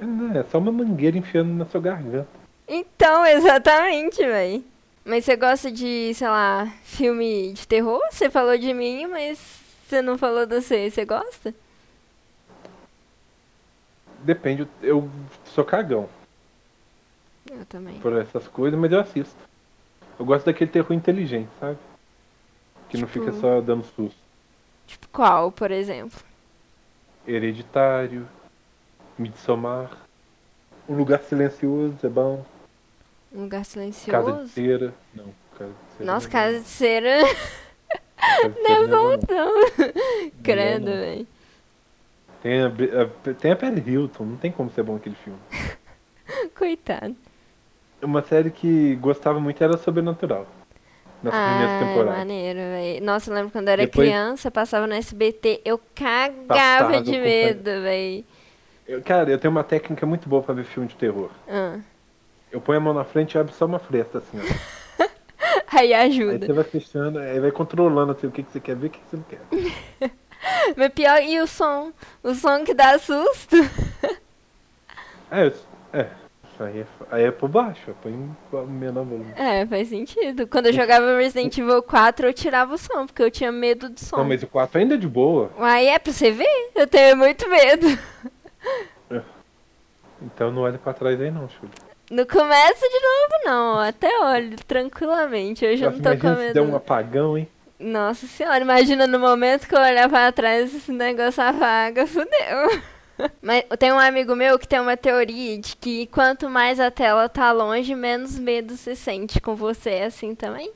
Speaker 2: Não, É só uma mangueira enfiando na sua garganta.
Speaker 1: Então, exatamente, velho. Mas você gosta de, sei lá, filme de terror? Você falou de mim, mas você não falou do seu. Você gosta?
Speaker 2: Depende, eu sou cagão
Speaker 1: Eu também.
Speaker 2: por essas coisas, mas eu assisto. Eu gosto daquele terror inteligente, sabe? Que não
Speaker 1: Tipo-
Speaker 2: fica só dando susto.
Speaker 1: Tipo, qual, por exemplo?
Speaker 2: Hereditário, Midsommar, Um Lugar Silencioso é bom,
Speaker 1: Um lugar
Speaker 2: Casa de
Speaker 1: silencioso?
Speaker 2: Cera. Não, Casa de Cera.
Speaker 1: Nossa,
Speaker 2: não. é
Speaker 1: casa de cera
Speaker 2: Casa de
Speaker 1: não é
Speaker 2: Cera não,
Speaker 1: bom,
Speaker 2: não.
Speaker 1: não. Credo,
Speaker 2: não. é,
Speaker 1: velho.
Speaker 2: Tem a, Bri- a- tem a Perry Hilton, não tem como ser bom aquele filme.
Speaker 1: Coitado.
Speaker 2: Uma série que gostava muito era Sobrenatural. Nas
Speaker 1: Ah,
Speaker 2: primeiras
Speaker 1: é
Speaker 2: temporadas.
Speaker 1: maneiro, velho. Nossa, eu lembro quando eu era
Speaker 2: Depois-
Speaker 1: criança, passava no SBT, eu cagava
Speaker 2: Passava,
Speaker 1: de
Speaker 2: acompanha-
Speaker 1: medo, velho.
Speaker 2: Eu- cara, eu tenho uma técnica muito boa pra ver filme de terror.
Speaker 1: Ah,
Speaker 2: Eu ponho a mão na frente e abro só uma fresta, assim, ó.
Speaker 1: aí
Speaker 2: Aí
Speaker 1: ajuda.
Speaker 2: você vai fechando, aí vai controlando, assim, o que, que você quer ver e o que, que você não quer.
Speaker 1: Mas pior, e o som? O som que dá susto?
Speaker 2: É, eu- é. Isso aí é, aí é por baixo, eu ponho o menor volume.
Speaker 1: É, faz sentido. Quando eu jogava Resident Evil 4, eu tirava o som, porque eu tinha medo do som.
Speaker 2: Não, mas o 4 ainda é de boa,
Speaker 1: Aí é pra você ver, eu tenho muito medo.
Speaker 2: então não olha pra trás aí não, Júlio.
Speaker 1: Não começa de novo, não. Até olho, tranquilamente. Hoje eu
Speaker 2: Nossa,
Speaker 1: não tô com
Speaker 2: imagina se
Speaker 1: medo.
Speaker 2: der um
Speaker 1: não.
Speaker 2: apagão, hein?
Speaker 1: Nossa senhora, imagina no momento que eu olhar pra trás esse negócio apaga, fudeu. Mas tem um amigo meu que tem uma teoria de que quanto mais a tela tá longe, menos medo se sente com você é assim também.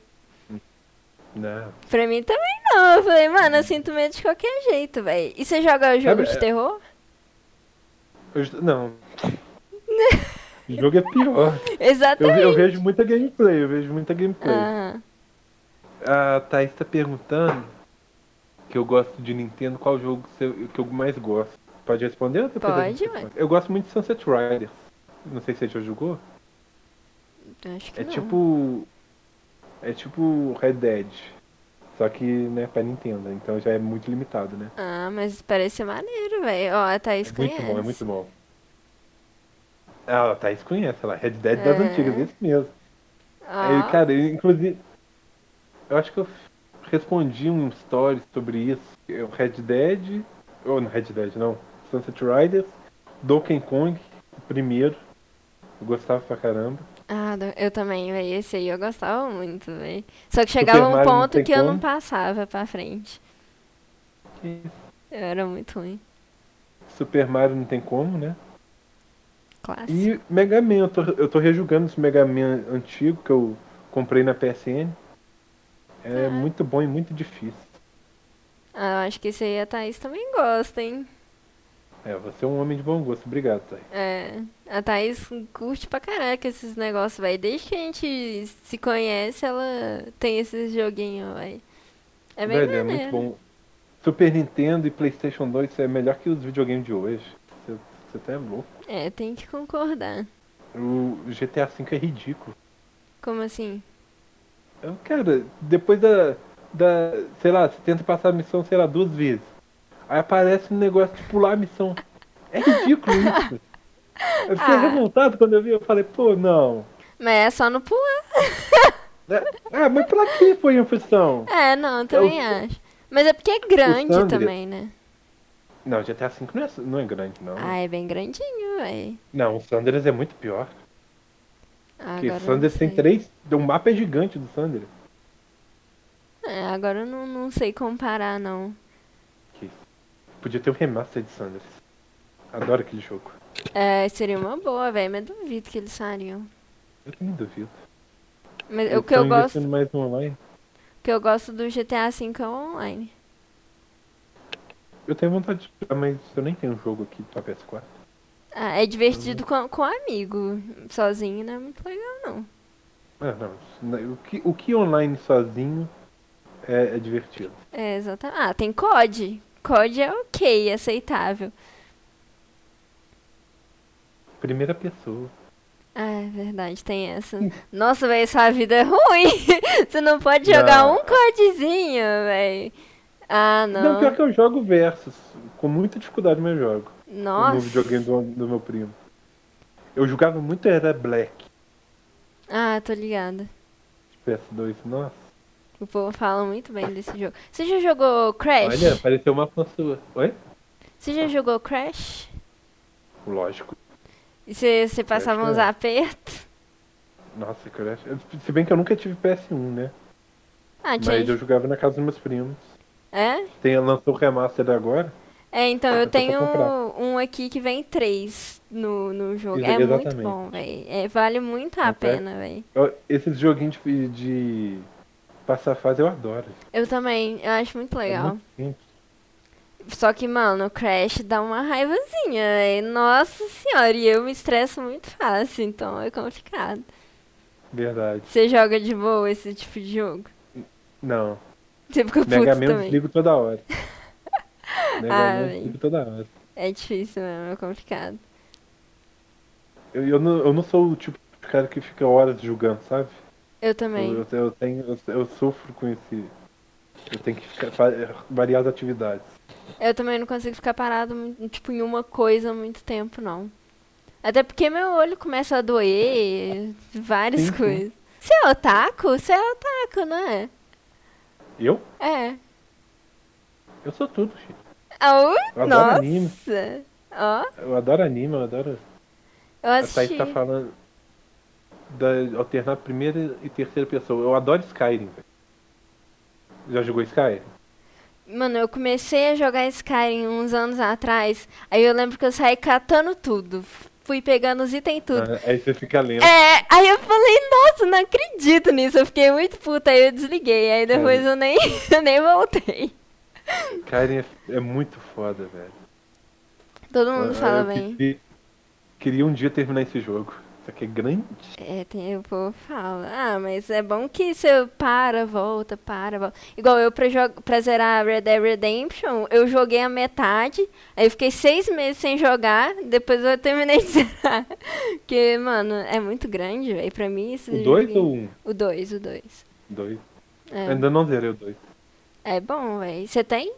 Speaker 2: Não.
Speaker 1: Pra mim também não. Eu falei, mano, eu sinto medo de qualquer jeito, velho. E você joga jogo
Speaker 2: Sabe,
Speaker 1: de
Speaker 2: é-
Speaker 1: terror?
Speaker 2: Eu ju- não. o jogo é pior. Eu,
Speaker 1: Exatamente. Ah,
Speaker 2: ve- eu vejo muita gameplay, eu vejo muita gameplay.
Speaker 1: Aham.
Speaker 2: A Thaís tá perguntando que eu gosto de Nintendo, qual jogo você- que eu mais gosto. Pode responder? ou depois eu
Speaker 1: Pode,
Speaker 2: respondo?
Speaker 1: ué.
Speaker 2: Eu gosto muito de Sunset Riders. Não sei se você já jogou.
Speaker 1: Acho que
Speaker 2: É
Speaker 1: não.
Speaker 2: tipo. É tipo Red Dead. Só que, né, pra Nintendo, então já é muito limitado, né?
Speaker 1: Ah, mas parece ser maneiro, velho. Ó, a Thaís
Speaker 2: é
Speaker 1: conhece.
Speaker 2: muito bom, é muito bom. Ah, a Thaís conhece, ela Red Dead das
Speaker 1: É.
Speaker 2: antigas, isso mesmo. Aí,
Speaker 1: Ó,
Speaker 2: cara, eu, inclusive. Eu acho que eu respondi um story sobre isso. Eu, Red Dead. Ou não, Red Dead, não. Sunset Riders. Donkey Kong, o primeiro. Eu gostava pra caramba.
Speaker 1: Ah, do- eu também, velho. Esse aí eu gostava muito, velho. Só que chegava um
Speaker 2: Mario não
Speaker 1: ponto
Speaker 2: tem
Speaker 1: que eu não
Speaker 2: como.
Speaker 1: passava pra frente.
Speaker 2: Que
Speaker 1: Eu era muito ruim.
Speaker 2: Super Mario não tem como, né?
Speaker 1: Clássico.
Speaker 2: E Mega Man, eu tô, eu tô rejugando esse Mega Man antigo que eu comprei na PSN. É
Speaker 1: Ah.
Speaker 2: muito bom e muito difícil.
Speaker 1: Ah, eu acho que esse aí a Thaís também gosta, hein?
Speaker 2: É, você é um homem de bom gosto. Obrigado, Thay.
Speaker 1: É, a Thaís curte pra caraca esses negócios, velho. Desde que a gente se conhece, ela tem esses joguinhos, velho. É bem
Speaker 2: Velho, é
Speaker 1: maneiro.
Speaker 2: muito bom. Super Nintendo e Playstation 2 é melhor que os videogames de hoje. Você, você até é louco.
Speaker 1: É, tem que concordar.
Speaker 2: O GTA V é ridículo.
Speaker 1: Como assim?
Speaker 2: Eu, cara, depois da, da. Sei lá, você tenta passar a missão, sei lá, duas vezes. Aí aparece um negócio de pular a missão. É ridículo isso. Eu fiquei
Speaker 1: Ah.
Speaker 2: revoltado quando eu vi, eu falei, pô, não.
Speaker 1: Mas é só no pular.
Speaker 2: É- Ah, mas pra que foi a função?
Speaker 1: É, não, eu também acho. Mas é porque é grande
Speaker 2: Sandria.
Speaker 1: também, né?
Speaker 2: Não, GTA V não é, não é grande, não.
Speaker 1: Ah, é bem grandinho, velho.
Speaker 2: Não, o Sanders é muito pior. Porque
Speaker 1: Agora
Speaker 2: o
Speaker 1: eu
Speaker 2: Sanders
Speaker 1: não
Speaker 2: tem
Speaker 1: sei.
Speaker 2: três. O mapa é gigante do Sanders.
Speaker 1: É, agora eu não, não sei comparar, não.
Speaker 2: Que isso. Podia ter um remaster de Sanders. Adoro aquele jogo.
Speaker 1: É, seria uma boa, velho, mas duvido que eles fariam.
Speaker 2: Eu nem duvido.
Speaker 1: Mas
Speaker 2: Eles
Speaker 1: É, o que eu
Speaker 2: tão
Speaker 1: gosto,
Speaker 2: investindo mais no online.
Speaker 1: o que eu gosto do GTA V é o online.
Speaker 2: Eu tenho vontade de jogar, mas eu nem tenho um jogo aqui pra PS4.
Speaker 1: Ah, é divertido com, com amigo. Sozinho não é muito legal, não.
Speaker 2: Ah, não. isso não- O que, o que online sozinho é, é divertido.
Speaker 1: É, exatamente. Ah, tem COD. COD é ok, aceitável.
Speaker 2: Primeira pessoa.
Speaker 1: Ah, é verdade, tem essa. Nossa, velho, sua vida é ruim. Você não pode jogar
Speaker 2: Não.
Speaker 1: um CODzinho, velho. Ah, não.
Speaker 2: Não, pior que eu jogo versus. Com muita dificuldade, mas jogo. No videogame
Speaker 1: Nossa.
Speaker 2: do, do meu primo. Eu jogava muito era Black
Speaker 1: Ah, tô ligada.
Speaker 2: de PS2. Nossa.
Speaker 1: O povo fala muito bem desse jogo. Você já jogou Crash?
Speaker 2: Olha, apareceu uma fã sua. Oi?
Speaker 1: Você já jogou Crash?
Speaker 2: Lógico.
Speaker 1: E você, você passava
Speaker 2: Crash
Speaker 1: uns
Speaker 2: não.
Speaker 1: apertos?
Speaker 2: Nossa, Crash. Se bem que eu nunca tive PS1, né?
Speaker 1: Ah, tinha.
Speaker 2: Mas eu jogava na casa dos meus primos.
Speaker 1: É?
Speaker 2: Tem, lançou o remaster agora.
Speaker 1: É, então eu
Speaker 2: Dá pra
Speaker 1: tenho
Speaker 2: comprar.
Speaker 1: um aqui que vem três no, no jogo.
Speaker 2: Ex-
Speaker 1: É muito
Speaker 2: exatamente.
Speaker 1: bom, velho. É, vale muito a
Speaker 2: Até-
Speaker 1: pena, velho.
Speaker 2: Eu- esses joguinhos de, de passar fase eu adoro.
Speaker 1: Eu também, eu acho muito
Speaker 2: É
Speaker 1: legal.
Speaker 2: muito simples.
Speaker 1: Só que, mano, o Crash dá uma raivazinha, velho. Nossa senhora, e eu me estresso muito fácil, então é complicado.
Speaker 2: Verdade.
Speaker 1: Você joga de boa esse tipo de jogo?
Speaker 2: Não.
Speaker 1: Você fica puto
Speaker 2: Mega Man eu
Speaker 1: também.
Speaker 2: desligo toda hora. Mega
Speaker 1: Ah,
Speaker 2: Man eu
Speaker 1: bem.
Speaker 2: desligo toda hora.
Speaker 1: É difícil mesmo, é complicado.
Speaker 2: Eu, eu, não, eu não sou o tipo de cara que fica horas julgando, sabe?
Speaker 1: Eu também.
Speaker 2: Eu, eu, eu tenho, eu, eu sofro com esse. Eu tenho que ficar, fa- variar as atividades.
Speaker 1: Eu também não consigo ficar parado, mu- tipo, em uma coisa há muito tempo, não. Até porque meu olho começa a doer, várias
Speaker 2: Sim, sim.
Speaker 1: coisas. Você é otaku? Você é otaku, não é?
Speaker 2: Eu?
Speaker 1: É.
Speaker 2: Eu sou tudo, filho.
Speaker 1: Ah, ui,
Speaker 2: Eu adoro anime.
Speaker 1: nossa! Ó,
Speaker 2: Eu adoro anime, eu adoro.
Speaker 1: eu
Speaker 2: A Thaís
Speaker 1: assisti.
Speaker 2: tá falando da alternar primeira e terceira pessoa. Eu adoro Skyrim, velho. Já jogou Skyrim?
Speaker 1: Mano, eu comecei a jogar Skyrim uns anos atrás, aí eu lembro que eu saí catando tudo. Fui pegando os itens tudo.
Speaker 2: Ah, Aí você fica lendo.
Speaker 1: É, aí eu falei, nossa, não acredito nisso. Eu fiquei muito puta, aí eu desliguei. Aí
Speaker 2: É.
Speaker 1: depois eu nem, eu nem voltei.
Speaker 2: Skyrim é, é muito foda, velho.
Speaker 1: Todo mundo
Speaker 2: Eu-
Speaker 1: Hum, fala
Speaker 2: eu
Speaker 1: bem.
Speaker 2: Queria, queria um dia terminar esse jogo. Isso aqui é grande.
Speaker 1: É, tem, o povo fala. Ah, mas é bom que você para, volta, para, volta. Igual eu pra, jo- pra zerar Red Dead Redemption, eu joguei a metade, aí eu fiquei seis meses sem jogar, depois eu terminei de zerar. Porque, mano, é muito grande, velho. Pra mim isso.
Speaker 2: O 2 ou um?
Speaker 1: O dois, o dois.
Speaker 2: Dois. Eu
Speaker 1: É,
Speaker 2: Ainda não zerei o 2.
Speaker 1: é bom, velho. Você tem?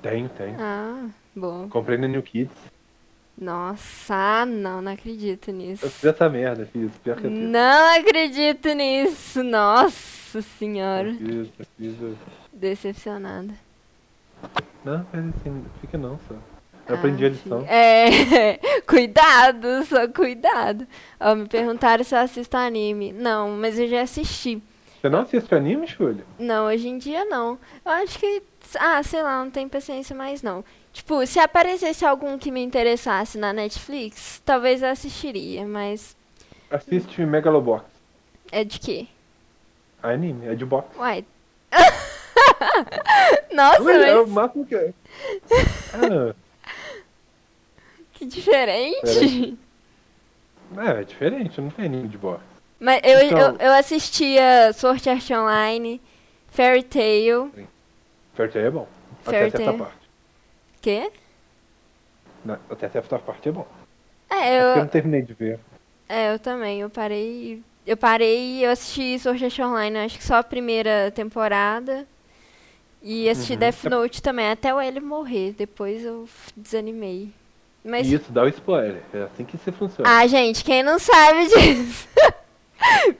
Speaker 2: Tem, tem.
Speaker 1: Ah, bom.
Speaker 2: Comprei no New Kids.
Speaker 1: Nossa, não, não acredito nisso.
Speaker 2: Eu fiz essa merda, fiz. Pior que eu fiz.
Speaker 1: Não acredito nisso. Nossa senhora.
Speaker 2: Eu fiz, eu fiz. eu-
Speaker 1: Decepcionada.
Speaker 2: Não, mas assim, fica não, só.
Speaker 1: Ah,
Speaker 2: Eu aprendi a
Speaker 1: fi-
Speaker 2: lição.
Speaker 1: É, cuidado, só cuidado. Ó, me perguntaram se eu assisto anime. Não, mas eu já assisti.
Speaker 2: Você não assiste anime, Júlio?
Speaker 1: Não, hoje em dia não. Eu acho que. Ah, sei lá, não tenho paciência mais não. Tipo, se aparecesse algum que me interessasse na Netflix, talvez eu assistiria, mas
Speaker 2: Assiste Megalobox.
Speaker 1: é de quê?
Speaker 2: Anime, é de boxe.
Speaker 1: Uai. Nossa,
Speaker 2: Ué, é o
Speaker 1: mas.
Speaker 2: máximo que é. Ah,
Speaker 1: Que diferente.
Speaker 2: É, é diferente, não tem anime de bosta.
Speaker 1: Mas eu,
Speaker 2: Então-
Speaker 1: eu, eu assistia Sword Art Online, Fairy Tail.
Speaker 2: Fairy Tail é bom.
Speaker 1: Fairy
Speaker 2: Até certa
Speaker 1: Tail.
Speaker 2: parte.
Speaker 1: Quê?
Speaker 2: Na- Até certa parte é bom.
Speaker 1: É,
Speaker 2: Porque eu não
Speaker 1: eu,
Speaker 2: terminei de ver.
Speaker 1: é, eu também. Eu parei. Eu parei, eu assisti Sword Art Online, acho que só a primeira temporada. E assisti
Speaker 2: Uhum.
Speaker 1: Death Note também, até o L morrer. Depois eu f- desanimei. Mas.
Speaker 2: E isso dá o spoiler. É assim que isso funciona.
Speaker 1: Ah, gente, quem não sabe disso?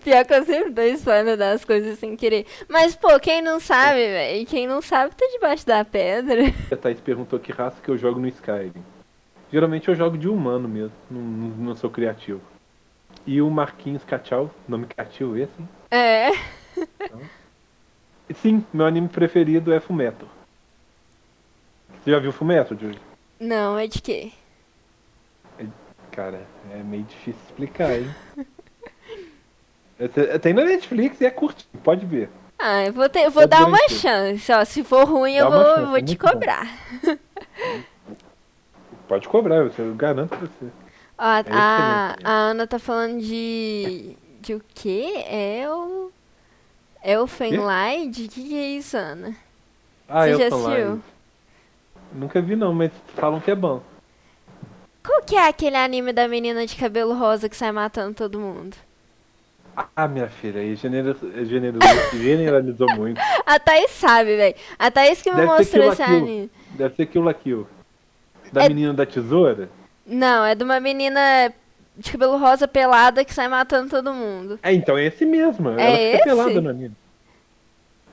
Speaker 1: Pior que eu sempre dou spoiler das coisas sem querer. Mas, pô, quem não sabe,
Speaker 2: É.
Speaker 1: velho? Quem não sabe tá debaixo da pedra.
Speaker 2: A Thaís perguntou que raça que eu jogo no Skyrim. Geralmente eu jogo de humano mesmo, não, não- não sou criativo. E o Marquinhos Cachau, nome criativo esse. hein?
Speaker 1: É.
Speaker 2: E Sim, meu anime preferido é Fumeto. Você já viu Fumeto, Júlio?
Speaker 1: Não, é de quê?
Speaker 2: Cara, é meio difícil explicar, hein? É, te- Tem na Netflix e é curtinho, pode ver.
Speaker 1: Ah, eu vou, ter, eu vou
Speaker 2: É
Speaker 1: dar uma
Speaker 2: branco.
Speaker 1: chance, ó. Se for ruim,
Speaker 2: Dá
Speaker 1: eu
Speaker 2: uma
Speaker 1: vou,
Speaker 2: chance,
Speaker 1: vou
Speaker 2: é
Speaker 1: te
Speaker 2: muito bom.
Speaker 1: cobrar.
Speaker 2: Pode cobrar, eu- eu garanto pra você.
Speaker 1: Ó, a, a,
Speaker 2: É excelente.
Speaker 1: a Ana tá falando de. De o quê? É o. É o Fenlight? O que, que é isso, Ana?
Speaker 2: Ah,
Speaker 1: Você
Speaker 2: eu
Speaker 1: já
Speaker 2: tô lá,
Speaker 1: assistiu?
Speaker 2: eu- Nunca vi não, mas falam que é bom.
Speaker 1: Qual que é aquele anime da menina de cabelo rosa que sai matando todo mundo?
Speaker 2: Ah, minha filha, aí genera- generalizou, generalizou muito.
Speaker 1: A Thaís sabe, velho. A Thaís que me
Speaker 2: Deve ser
Speaker 1: mostrou
Speaker 2: Kill la
Speaker 1: esse
Speaker 2: Kill.
Speaker 1: anime.
Speaker 2: Deve ser Kill la Kill. Da
Speaker 1: É-
Speaker 2: menina da tesoura?
Speaker 1: Não, é de uma menina de cabelo rosa pelada que sai matando todo mundo.
Speaker 2: É, então é esse mesmo. Ela
Speaker 1: É
Speaker 2: fica
Speaker 1: esse?
Speaker 2: pelada no anime.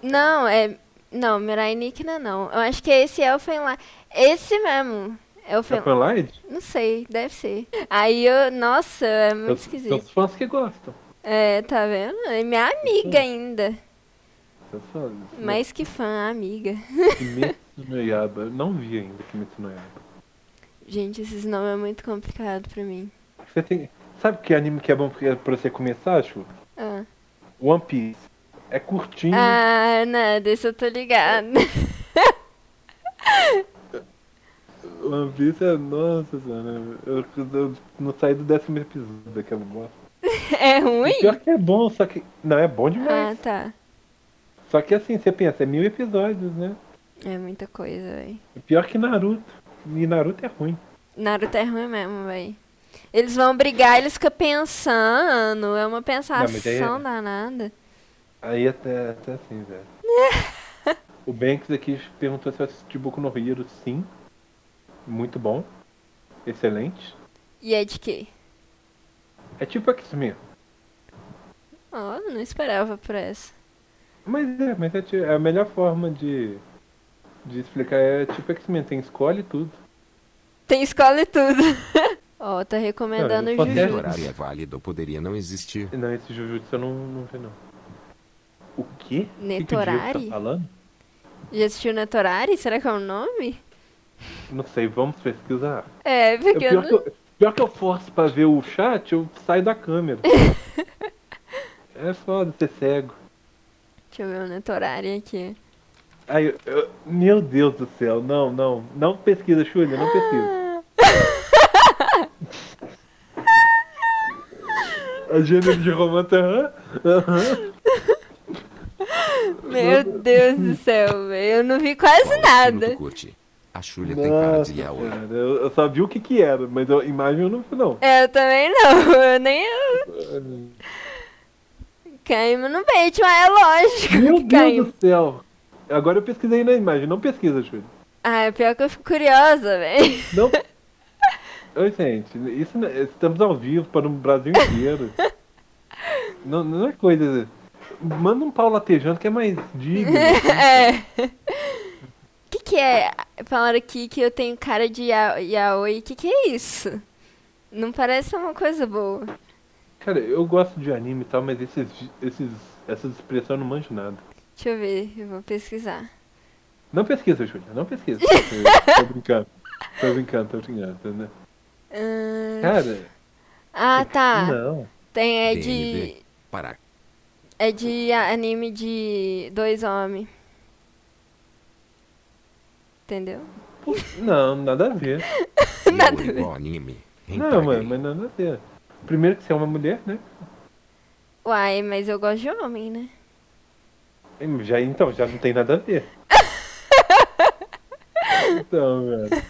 Speaker 1: Não, é. Não, Mirai Nikna não. Eu acho que esse é o Fenlight. Esse mesmo. É o
Speaker 2: É
Speaker 1: Fen...
Speaker 2: fanlight?
Speaker 1: Não sei, deve ser. Aí eu. Nossa, é muito
Speaker 2: São
Speaker 1: esquisito.
Speaker 2: os fãs que gostam.
Speaker 1: É, tá vendo? É minha amiga ainda.
Speaker 2: São os fãs.
Speaker 1: Mais que fã, amiga.
Speaker 2: Kimetsu no Yaba. Não vi ainda Kimetsu no Yaba.
Speaker 1: Gente, esses nomes é muito complicado pra mim.
Speaker 2: Você tem... Sabe que anime que é bom pra pra você começar, Chu?
Speaker 1: Ah,
Speaker 2: One Piece. É curtinho.
Speaker 1: ah nada, isso eu tô ligada.
Speaker 2: One Piece é... Nossa senhora. Eu, eu não saí do décimo episódio daquela bosta.
Speaker 1: É
Speaker 2: E
Speaker 1: ruim?
Speaker 2: Pior que é bom, só que... Não, é bom demais.
Speaker 1: Ah, tá.
Speaker 2: Só que assim, você pensa, é mil episódios, né?
Speaker 1: É muita coisa, véi.
Speaker 2: Pior que Naruto. E Naruto é ruim.
Speaker 1: Naruto é ruim mesmo, véi. Eles vão brigar, eles ficam pensando. É uma pensação
Speaker 2: mas aí-
Speaker 1: danada.
Speaker 2: Aí até, até assim, velho. o Banks aqui perguntou se eu assisti Boku no Hero, sim. Muito bom. Excelente.
Speaker 1: E é de quê?
Speaker 2: É tipo X-Men.
Speaker 1: Ó, não esperava por essa.
Speaker 2: Mas é, mas é, ti- é a melhor forma de, de explicar. É tipo X-Men, tem escolhe tudo.
Speaker 1: Tem escola e tudo. Ó, tá recomendando o
Speaker 2: Não, eu posso
Speaker 3: Esse
Speaker 1: Juju.
Speaker 2: adorar.
Speaker 3: horário é válido, poderia não existir.
Speaker 2: Não, esse Jujutsu eu não, não vi não. O quê? O que que o Diego
Speaker 1: Netorari?
Speaker 2: tá falando?
Speaker 1: Já assistiu Netorari? Será que é o nome?
Speaker 2: Não sei, vamos pesquisar.
Speaker 1: É,
Speaker 2: É
Speaker 1: porque eu,
Speaker 2: pior,
Speaker 1: não...
Speaker 2: que eu, pior que eu forço pra ver o chat, eu saio da câmera. é foda ser cego.
Speaker 1: Deixa eu ver o Netorari aqui.
Speaker 2: Aí, eu- eu- meu Deus do céu, não, não. Não pesquisa, Júlia, não pesquisa. A gênero de romance, aham. aham.
Speaker 1: Meu Deus do céu, velho. Eu não vi quase nada.
Speaker 3: Tu curte. A Xulia tem cara de né? yaoi.
Speaker 2: cara, eu, eu só vi o que que era, mas a imagem eu não vi, não.
Speaker 1: É, eu também não. Eu nem. Caímos no bait, mas é lógico
Speaker 2: Meu
Speaker 1: que
Speaker 2: Deus
Speaker 1: caímos.
Speaker 2: do céu. Agora eu pesquisei na imagem, não pesquisa, Júlia.
Speaker 1: Ah, pior que eu fico curiosa, velho.
Speaker 2: Não. Oi, gente. Isso, não- estamos ao vivo para o Brasil inteiro. não, não é coisa. Manda um pau latejando que é mais digno.
Speaker 1: É. O que, que é? Falaram aqui que eu tenho cara de ya- yaoi. O que, que é isso? Não parece uma coisa boa.
Speaker 2: Cara, eu gosto de anime e tal, mas esses, esses, essas expressões eu não manjo nada.
Speaker 1: Deixa eu ver, eu vou pesquisar.
Speaker 2: Não pesquisa, Júlia. Não pesquisa. Eu- tô brincando. Tô brincando, tô brincando. Né?
Speaker 1: Ahn,
Speaker 2: Cara,
Speaker 1: ah, tá.
Speaker 2: É, não.
Speaker 1: Tem, é de.
Speaker 3: DND. Para.
Speaker 1: É de a- anime de dois homens. Entendeu?
Speaker 2: Pô, Não, nada a ver.
Speaker 1: Nada a
Speaker 3: Yaoi
Speaker 1: ver.
Speaker 3: igual anime.
Speaker 2: não,
Speaker 3: Hentai.
Speaker 2: mano, mas nada a ver. Primeiro que você é uma mulher, né?
Speaker 1: Uai, mas eu gosto de homem, né?
Speaker 2: Já, então, já não tem nada a ver. então, velho.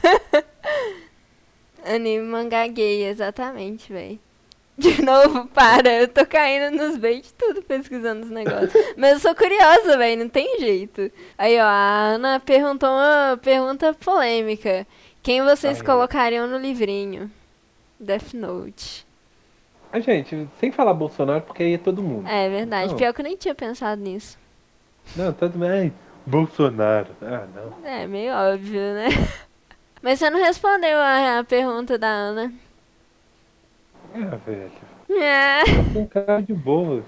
Speaker 1: Anime mangá gay, exatamente, véi. De novo, para, eu tô caindo nos bait tudo pesquisando os negócios. Mas eu sou curiosa, véi, não tem jeito. Aí, ó, a Ana perguntou uma pergunta polêmica. Quem vocês
Speaker 2: Ai, ai.
Speaker 1: colocariam no livrinho? Death Note.
Speaker 2: Ah, gente, sem falar Bolsonaro, porque aí é todo mundo.
Speaker 1: É verdade,
Speaker 2: Não.
Speaker 1: pior que eu nem tinha pensado nisso.
Speaker 2: Não, tudo bem. Bolsonaro. Ah, não.
Speaker 1: É, meio óbvio, né? Mas você não respondeu a, a pergunta da Ana.
Speaker 2: Ah, velho.
Speaker 1: É.
Speaker 2: Um cara de boa.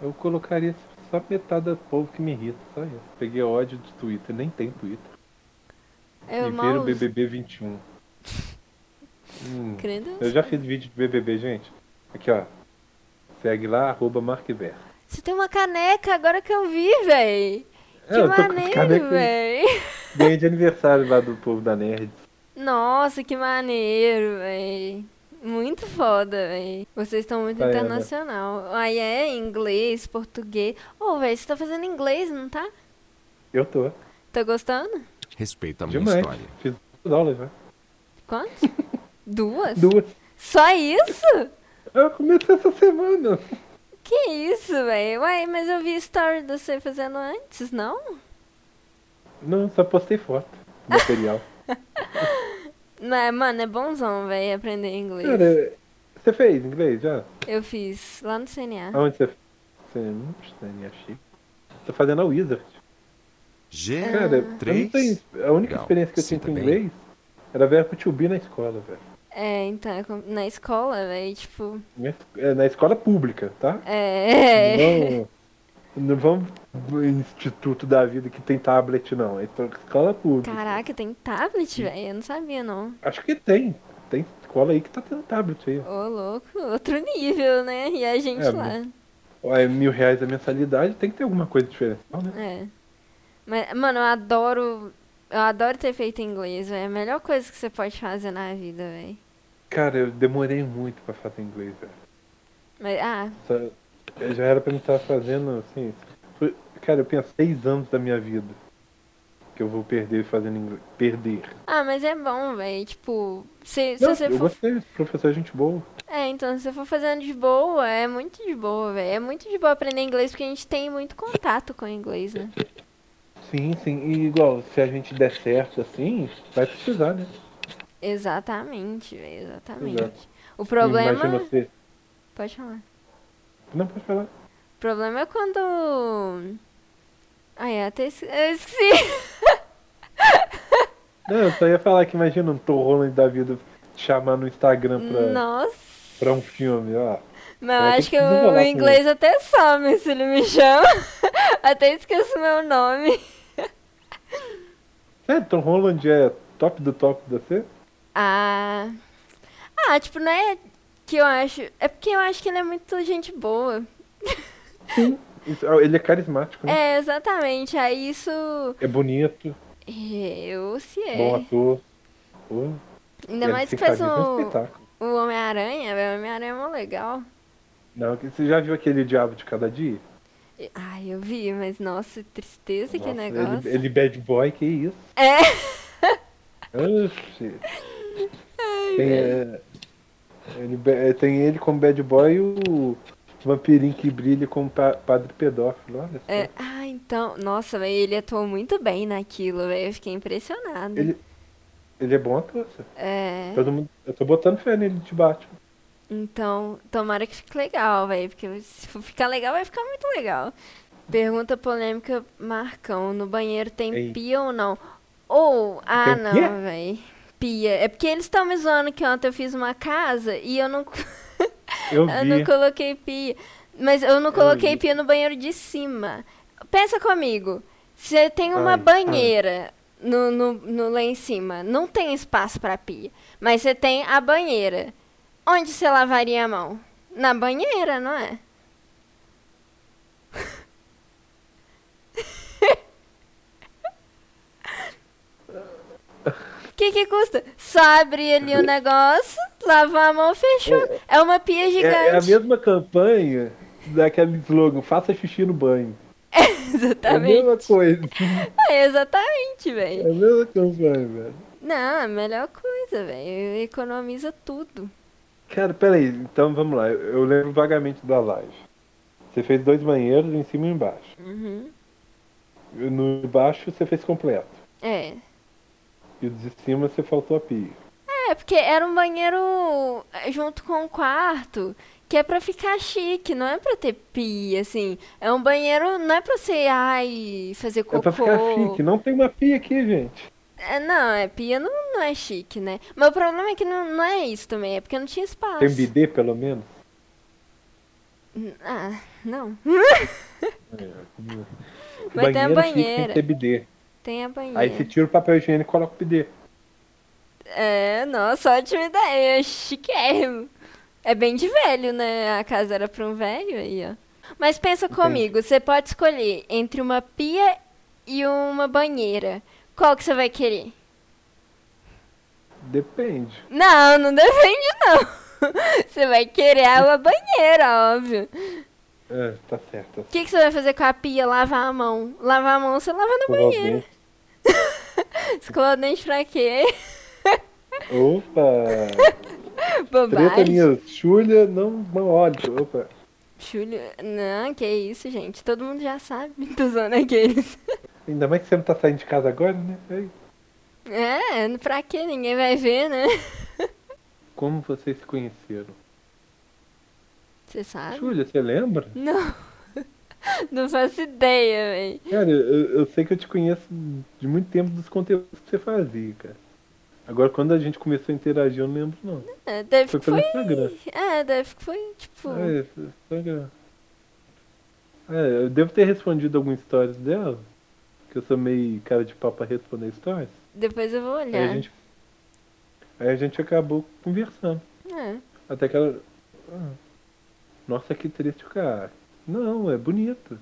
Speaker 2: Eu colocaria só metade do povo que me irrita, só isso. Peguei ódio de Twitter, nem tem Twitter.
Speaker 1: Eu
Speaker 2: e
Speaker 1: mal
Speaker 2: ver o
Speaker 1: uso.
Speaker 2: BBB 21. Hum,
Speaker 1: Credo.
Speaker 2: eu já fiz vídeo de BBB, gente. Aqui, ó. Segue lá, arroba Markber.
Speaker 1: Você tem uma caneca agora que eu vi, véi. Que maneiro, véi.
Speaker 2: Ganhei de aniversário lá do povo da Nerd.
Speaker 1: Nossa, que maneiro, véi. Muito foda, véi. Vocês estão muito
Speaker 2: Tá, é, né?
Speaker 1: internacional. Aí é inglês, português. Ô, véi, você tá fazendo inglês, não tá?
Speaker 2: Eu tô.
Speaker 1: Tá gostando?
Speaker 3: Respeita a minha
Speaker 2: Demais.
Speaker 3: história.
Speaker 2: Fiz duas aulas já.
Speaker 1: Quantos? Duas?
Speaker 2: Duas.
Speaker 1: Só isso?
Speaker 2: Eu comecei essa semana.
Speaker 1: Que isso, véi. Uai, mas eu vi story de você fazendo antes, não?
Speaker 2: Não, só postei foto. Material.
Speaker 1: Mas, mano, é bonzão, véi, aprender inglês.
Speaker 2: Cara, você fez inglês já?
Speaker 1: Eu fiz lá no CNA.
Speaker 3: Ah.
Speaker 2: Aonde você. Você não precisa, achei. Tô fazendo a Wizard.
Speaker 3: G.
Speaker 2: Cara, eu não
Speaker 3: Ah. Três.
Speaker 2: tenho- a única
Speaker 3: Legal.
Speaker 2: experiência que eu
Speaker 3: Sim,
Speaker 2: tenho com
Speaker 3: também.
Speaker 2: inglês era ver a Tubi na escola, velho.
Speaker 1: É, então, é com- na escola, velho, tipo,
Speaker 2: Minha- é, Na escola pública, tá?
Speaker 1: é...
Speaker 2: Não, não vamos no Instituto da Vida que tem tablet, não. É to- escola pública.
Speaker 1: Caraca, tem tablet, velho, eu não sabia, não.
Speaker 2: Acho que tem. Tem escola aí que tá tendo tablet aí.
Speaker 1: Ô, louco, outro nível, né, e a gente
Speaker 2: É,
Speaker 1: lá,
Speaker 2: Ó, É mil reais a mensalidade, tem que ter alguma coisa diferente, né?
Speaker 1: é. Mas, mano, eu adoro, eu adoro ter feito inglês, velho, é a melhor coisa que você pode fazer na vida, velho.
Speaker 2: Cara, eu demorei muito pra fazer inglês, velho.
Speaker 1: Mas, ah,
Speaker 2: Só- eu já era pra me estar fazendo assim. foi- cara, eu penso seis anos da minha vida que eu vou perder fazendo inglês. Perder.
Speaker 1: ah, mas é bom, velho, tipo, se, se
Speaker 2: Não,
Speaker 1: você
Speaker 2: eu
Speaker 1: for...
Speaker 2: gostei, professor é gente boa.
Speaker 1: É, então, se você for fazendo de boa, é muito de boa, velho, é muito de boa aprender inglês, porque a gente tem muito contato com o inglês, né.
Speaker 2: Sim, sim. E igual, se a gente der certo assim, vai precisar, né?
Speaker 1: Exatamente, véi, exatamente.
Speaker 2: Exato.
Speaker 1: O problema.
Speaker 2: Imagina você.
Speaker 1: Pode falar.
Speaker 2: Não, pode falar.
Speaker 1: O problema é quando. Ai, eu até esque- eu esqueci.
Speaker 2: Não, eu só ia falar que imagina um Tom Holland da vida te chamar no Instagram pra,
Speaker 1: Nossa.
Speaker 2: pra um filme, ó.
Speaker 1: Não,
Speaker 2: Vai ter
Speaker 1: acho que
Speaker 2: que desenrolar
Speaker 1: o- o
Speaker 2: com
Speaker 1: inglês até some se ele me chama. Até esqueço meu nome.
Speaker 2: É, Tom Holland é top do top da C?
Speaker 1: Ah. Ah, tipo, não é que eu acho. É porque eu acho que ele é muito gente boa.
Speaker 2: Isso- ah, Ele é carismático, né?
Speaker 1: É, exatamente. Aí isso.
Speaker 2: É, bonito,
Speaker 1: Eu se
Speaker 2: bom
Speaker 1: é.
Speaker 2: ator. Pô,
Speaker 1: Ainda
Speaker 2: ele
Speaker 1: mais que
Speaker 2: tem
Speaker 1: faz
Speaker 2: carisma, é um
Speaker 1: o,
Speaker 2: espetáculo.
Speaker 1: o Homem-Aranha, velho. O Homem-Aranha é mó legal.
Speaker 2: Não, que- você já viu aquele Diabo de Cada Dia?
Speaker 1: Ai, eu vi, mas nossa, tristeza que
Speaker 2: Nossa,
Speaker 1: é negócio.
Speaker 2: Ele, ele bad boy, que isso.
Speaker 1: É,
Speaker 2: Oxi. Tem, é, ele, ba- é, tem ele como bad boy e o vampirinho que brilha como pa- padre pedófilo. Olha só.
Speaker 1: é. Ah, então. Nossa, velho, ele atuou muito bem naquilo, velho. Eu fiquei impressionada.
Speaker 2: Ele- Ele é bom ator. só.
Speaker 1: É.
Speaker 2: Todo mundo, eu tô botando fé nele de Batman.
Speaker 1: Então, tomara que fique legal, velho. Porque se for ficar legal, vai ficar muito legal. Pergunta polêmica, Marcão. No banheiro tem
Speaker 2: Ei.
Speaker 1: pia ou não? Ou, ah,
Speaker 2: Tem o
Speaker 1: não,
Speaker 2: quê?
Speaker 1: velho. Pia. É porque eles estão me zoando que ontem eu fiz uma casa e eu não.
Speaker 2: Eu
Speaker 1: Eu
Speaker 2: vi.
Speaker 1: não coloquei pia. Mas eu não coloquei
Speaker 2: vi.
Speaker 1: pia no banheiro de cima. Pensa comigo. Você tem uma
Speaker 2: Ai,
Speaker 1: banheira no, no, no- lá em cima. Não tem espaço pra pia. Mas você tem a banheira. Onde você lavaria a mão? Na banheira, não é? O que, que que custa? Só abrir ali o negócio, lavar a mão, fechou. É, uma pia
Speaker 2: É,
Speaker 1: gigante.
Speaker 2: é a mesma campanha daquele slogan, faça xixi no banho. É a
Speaker 1: Exatamente.
Speaker 2: mesma coisa.
Speaker 1: É, exatamente,
Speaker 2: É
Speaker 1: velho.
Speaker 2: a mesma campanha, velho.
Speaker 1: Não, a melhor coisa, velho. Economiza tudo.
Speaker 2: Cara, peraí, então vamos lá. Eu, eu lembro vagamente da live. Você fez dois banheiros em cima e embaixo.
Speaker 1: Uhum.
Speaker 2: No embaixo você fez completo.
Speaker 1: É.
Speaker 2: E de cima você faltou a pia.
Speaker 1: É, porque era um banheiro eh, junto com um quarto, que é pra ficar chique, não é pra ter pia, assim. É um banheiro, não é pra você, ai, fazer cocô.
Speaker 2: É pra ficar chique, não tem uma pia aqui, gente.
Speaker 1: É, não, é pia não, não é chique, né? Mas o problema é que não, não é isso também, é porque não tinha espaço.
Speaker 2: Tem bidê, pelo menos.
Speaker 1: Ah, não.
Speaker 2: Banheiro
Speaker 1: tem a
Speaker 2: chique tem
Speaker 1: banheira.
Speaker 2: que ter bidê.
Speaker 1: Tem a banheira.
Speaker 2: Aí você tira o papel higiênico e coloca o bidê.
Speaker 1: É, nossa, ótima ideia, chiquérrimo. É bem de velho, né? A casa era pra um velho aí, ó. Mas pensa comigo, você pode escolher entre uma pia e uma banheira. Qual que você vai querer?
Speaker 2: Depende.
Speaker 1: Não, não depende não. Você vai querer a banheira, óbvio.
Speaker 2: É, tá certo.
Speaker 1: O que, que você vai fazer com a pia? Lavar a mão. Lavar a mão, você lava na
Speaker 2: Escovar os
Speaker 1: banheira.
Speaker 2: dentes.
Speaker 1: Escova o dente pra quê?
Speaker 2: Opa! Treta
Speaker 1: Bobagem.
Speaker 2: minha chulha, não, não olhe. Opa.
Speaker 1: Júlio, não, que isso, gente. Todo mundo já sabe. Tô usando aqueles.
Speaker 2: Ainda mais que você não tá saindo de casa agora, né? Ei,
Speaker 1: É, pra quê? Ninguém vai ver, né?
Speaker 2: Como vocês se conheceram?
Speaker 1: Você sabe?
Speaker 2: Júlia, você lembra?
Speaker 1: Não. Não faço ideia, véi.
Speaker 2: Cara, eu, eu sei que eu te conheço de muito tempo dos conteúdos que você fazia, cara. Agora, quando a gente começou a interagir, eu não lembro, não.
Speaker 1: É, deve
Speaker 2: Foi
Speaker 1: que
Speaker 2: pelo
Speaker 1: foi.
Speaker 2: Instagram.
Speaker 1: É, deve que foi, tipo.
Speaker 2: É, esse Instagram. É, eu devo ter respondido algumas histórias dela. Que eu sou meio cara de papo a responder stories.
Speaker 1: Depois eu vou
Speaker 2: Aí a
Speaker 1: olhar.
Speaker 2: gente. Aí a gente acabou conversando.
Speaker 1: É.
Speaker 2: Até que ela. "Ah, Nossa, que triste, cara. Não, é bonito.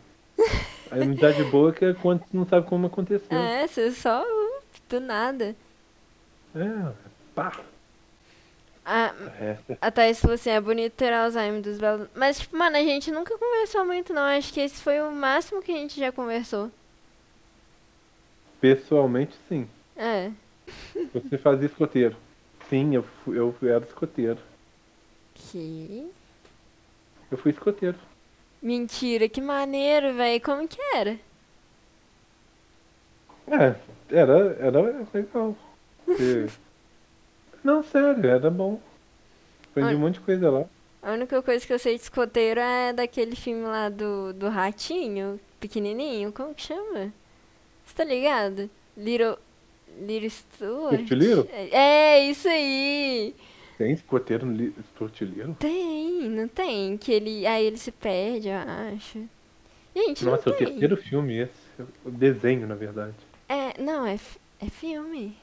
Speaker 2: A amizade boa é que é quando você não sabe como aconteceu. É,
Speaker 1: É, você só. uh, Do nada.
Speaker 2: pá.
Speaker 1: Ah,
Speaker 2: É,
Speaker 1: A Thaís falou assim, é bonito ter Alzheimer dos belos. Mas, tipo, mano, a gente nunca conversou muito, não. Acho que esse foi o máximo que a gente já conversou.
Speaker 2: pessoalmente, sim.
Speaker 1: É.
Speaker 2: Você fazia escoteiro. Sim, eu, fu- eu era escoteiro.
Speaker 1: Que.
Speaker 2: Eu fui escoteiro.
Speaker 1: Mentira, que maneiro, velho. Como que era?
Speaker 2: É, era, era legal. Porque- Não, sério, era bom. Aprendi
Speaker 1: Olha.
Speaker 2: um monte de coisa lá.
Speaker 1: A única coisa que eu sei de escoteiro é daquele filme lá do, do ratinho, pequenininho. Como que chama? Você tá ligado? Little. Little Stuart?
Speaker 2: Stuart Little?
Speaker 1: É, isso aí.
Speaker 2: Tem escoteiro no li- escotilheiro?
Speaker 1: Tem, não tem. Que ele. Aí ele se perde, eu acho. Gente,
Speaker 2: Nossa, é
Speaker 1: não
Speaker 2: o
Speaker 1: tem.
Speaker 2: terceiro filme esse. O desenho, na verdade.
Speaker 1: É, não, é, fi- é filme.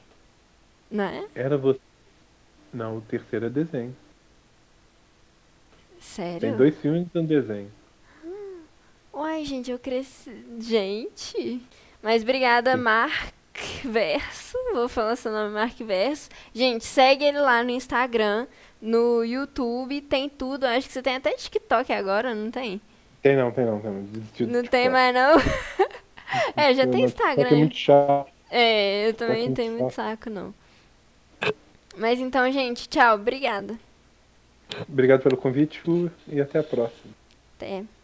Speaker 1: Não é?
Speaker 2: Era você. Não, o terceiro é desenho.
Speaker 1: Sério?
Speaker 2: Tem dois filmes e um desenho.
Speaker 1: Uai, gente, eu cresci. Gente. Mas obrigada, Mark Verso. Vou falar seu nome, Mark Verso. Gente, segue ele lá no Instagram, no YouTube, tem tudo. Acho que você tem até TikTok agora, não tem?
Speaker 2: Tem não, tem não, tem não. Desistiu do
Speaker 1: Não tem
Speaker 2: TikTok.
Speaker 1: mais, não? é, já tem
Speaker 2: Mas TikTok
Speaker 1: Instagram.
Speaker 2: É muito chato.
Speaker 1: É, eu também não
Speaker 2: muito
Speaker 1: tenho muito saco, não. Mas então, gente, tchau. Obrigada.
Speaker 2: Obrigado pelo convite Fu, e até a próxima.
Speaker 1: Até.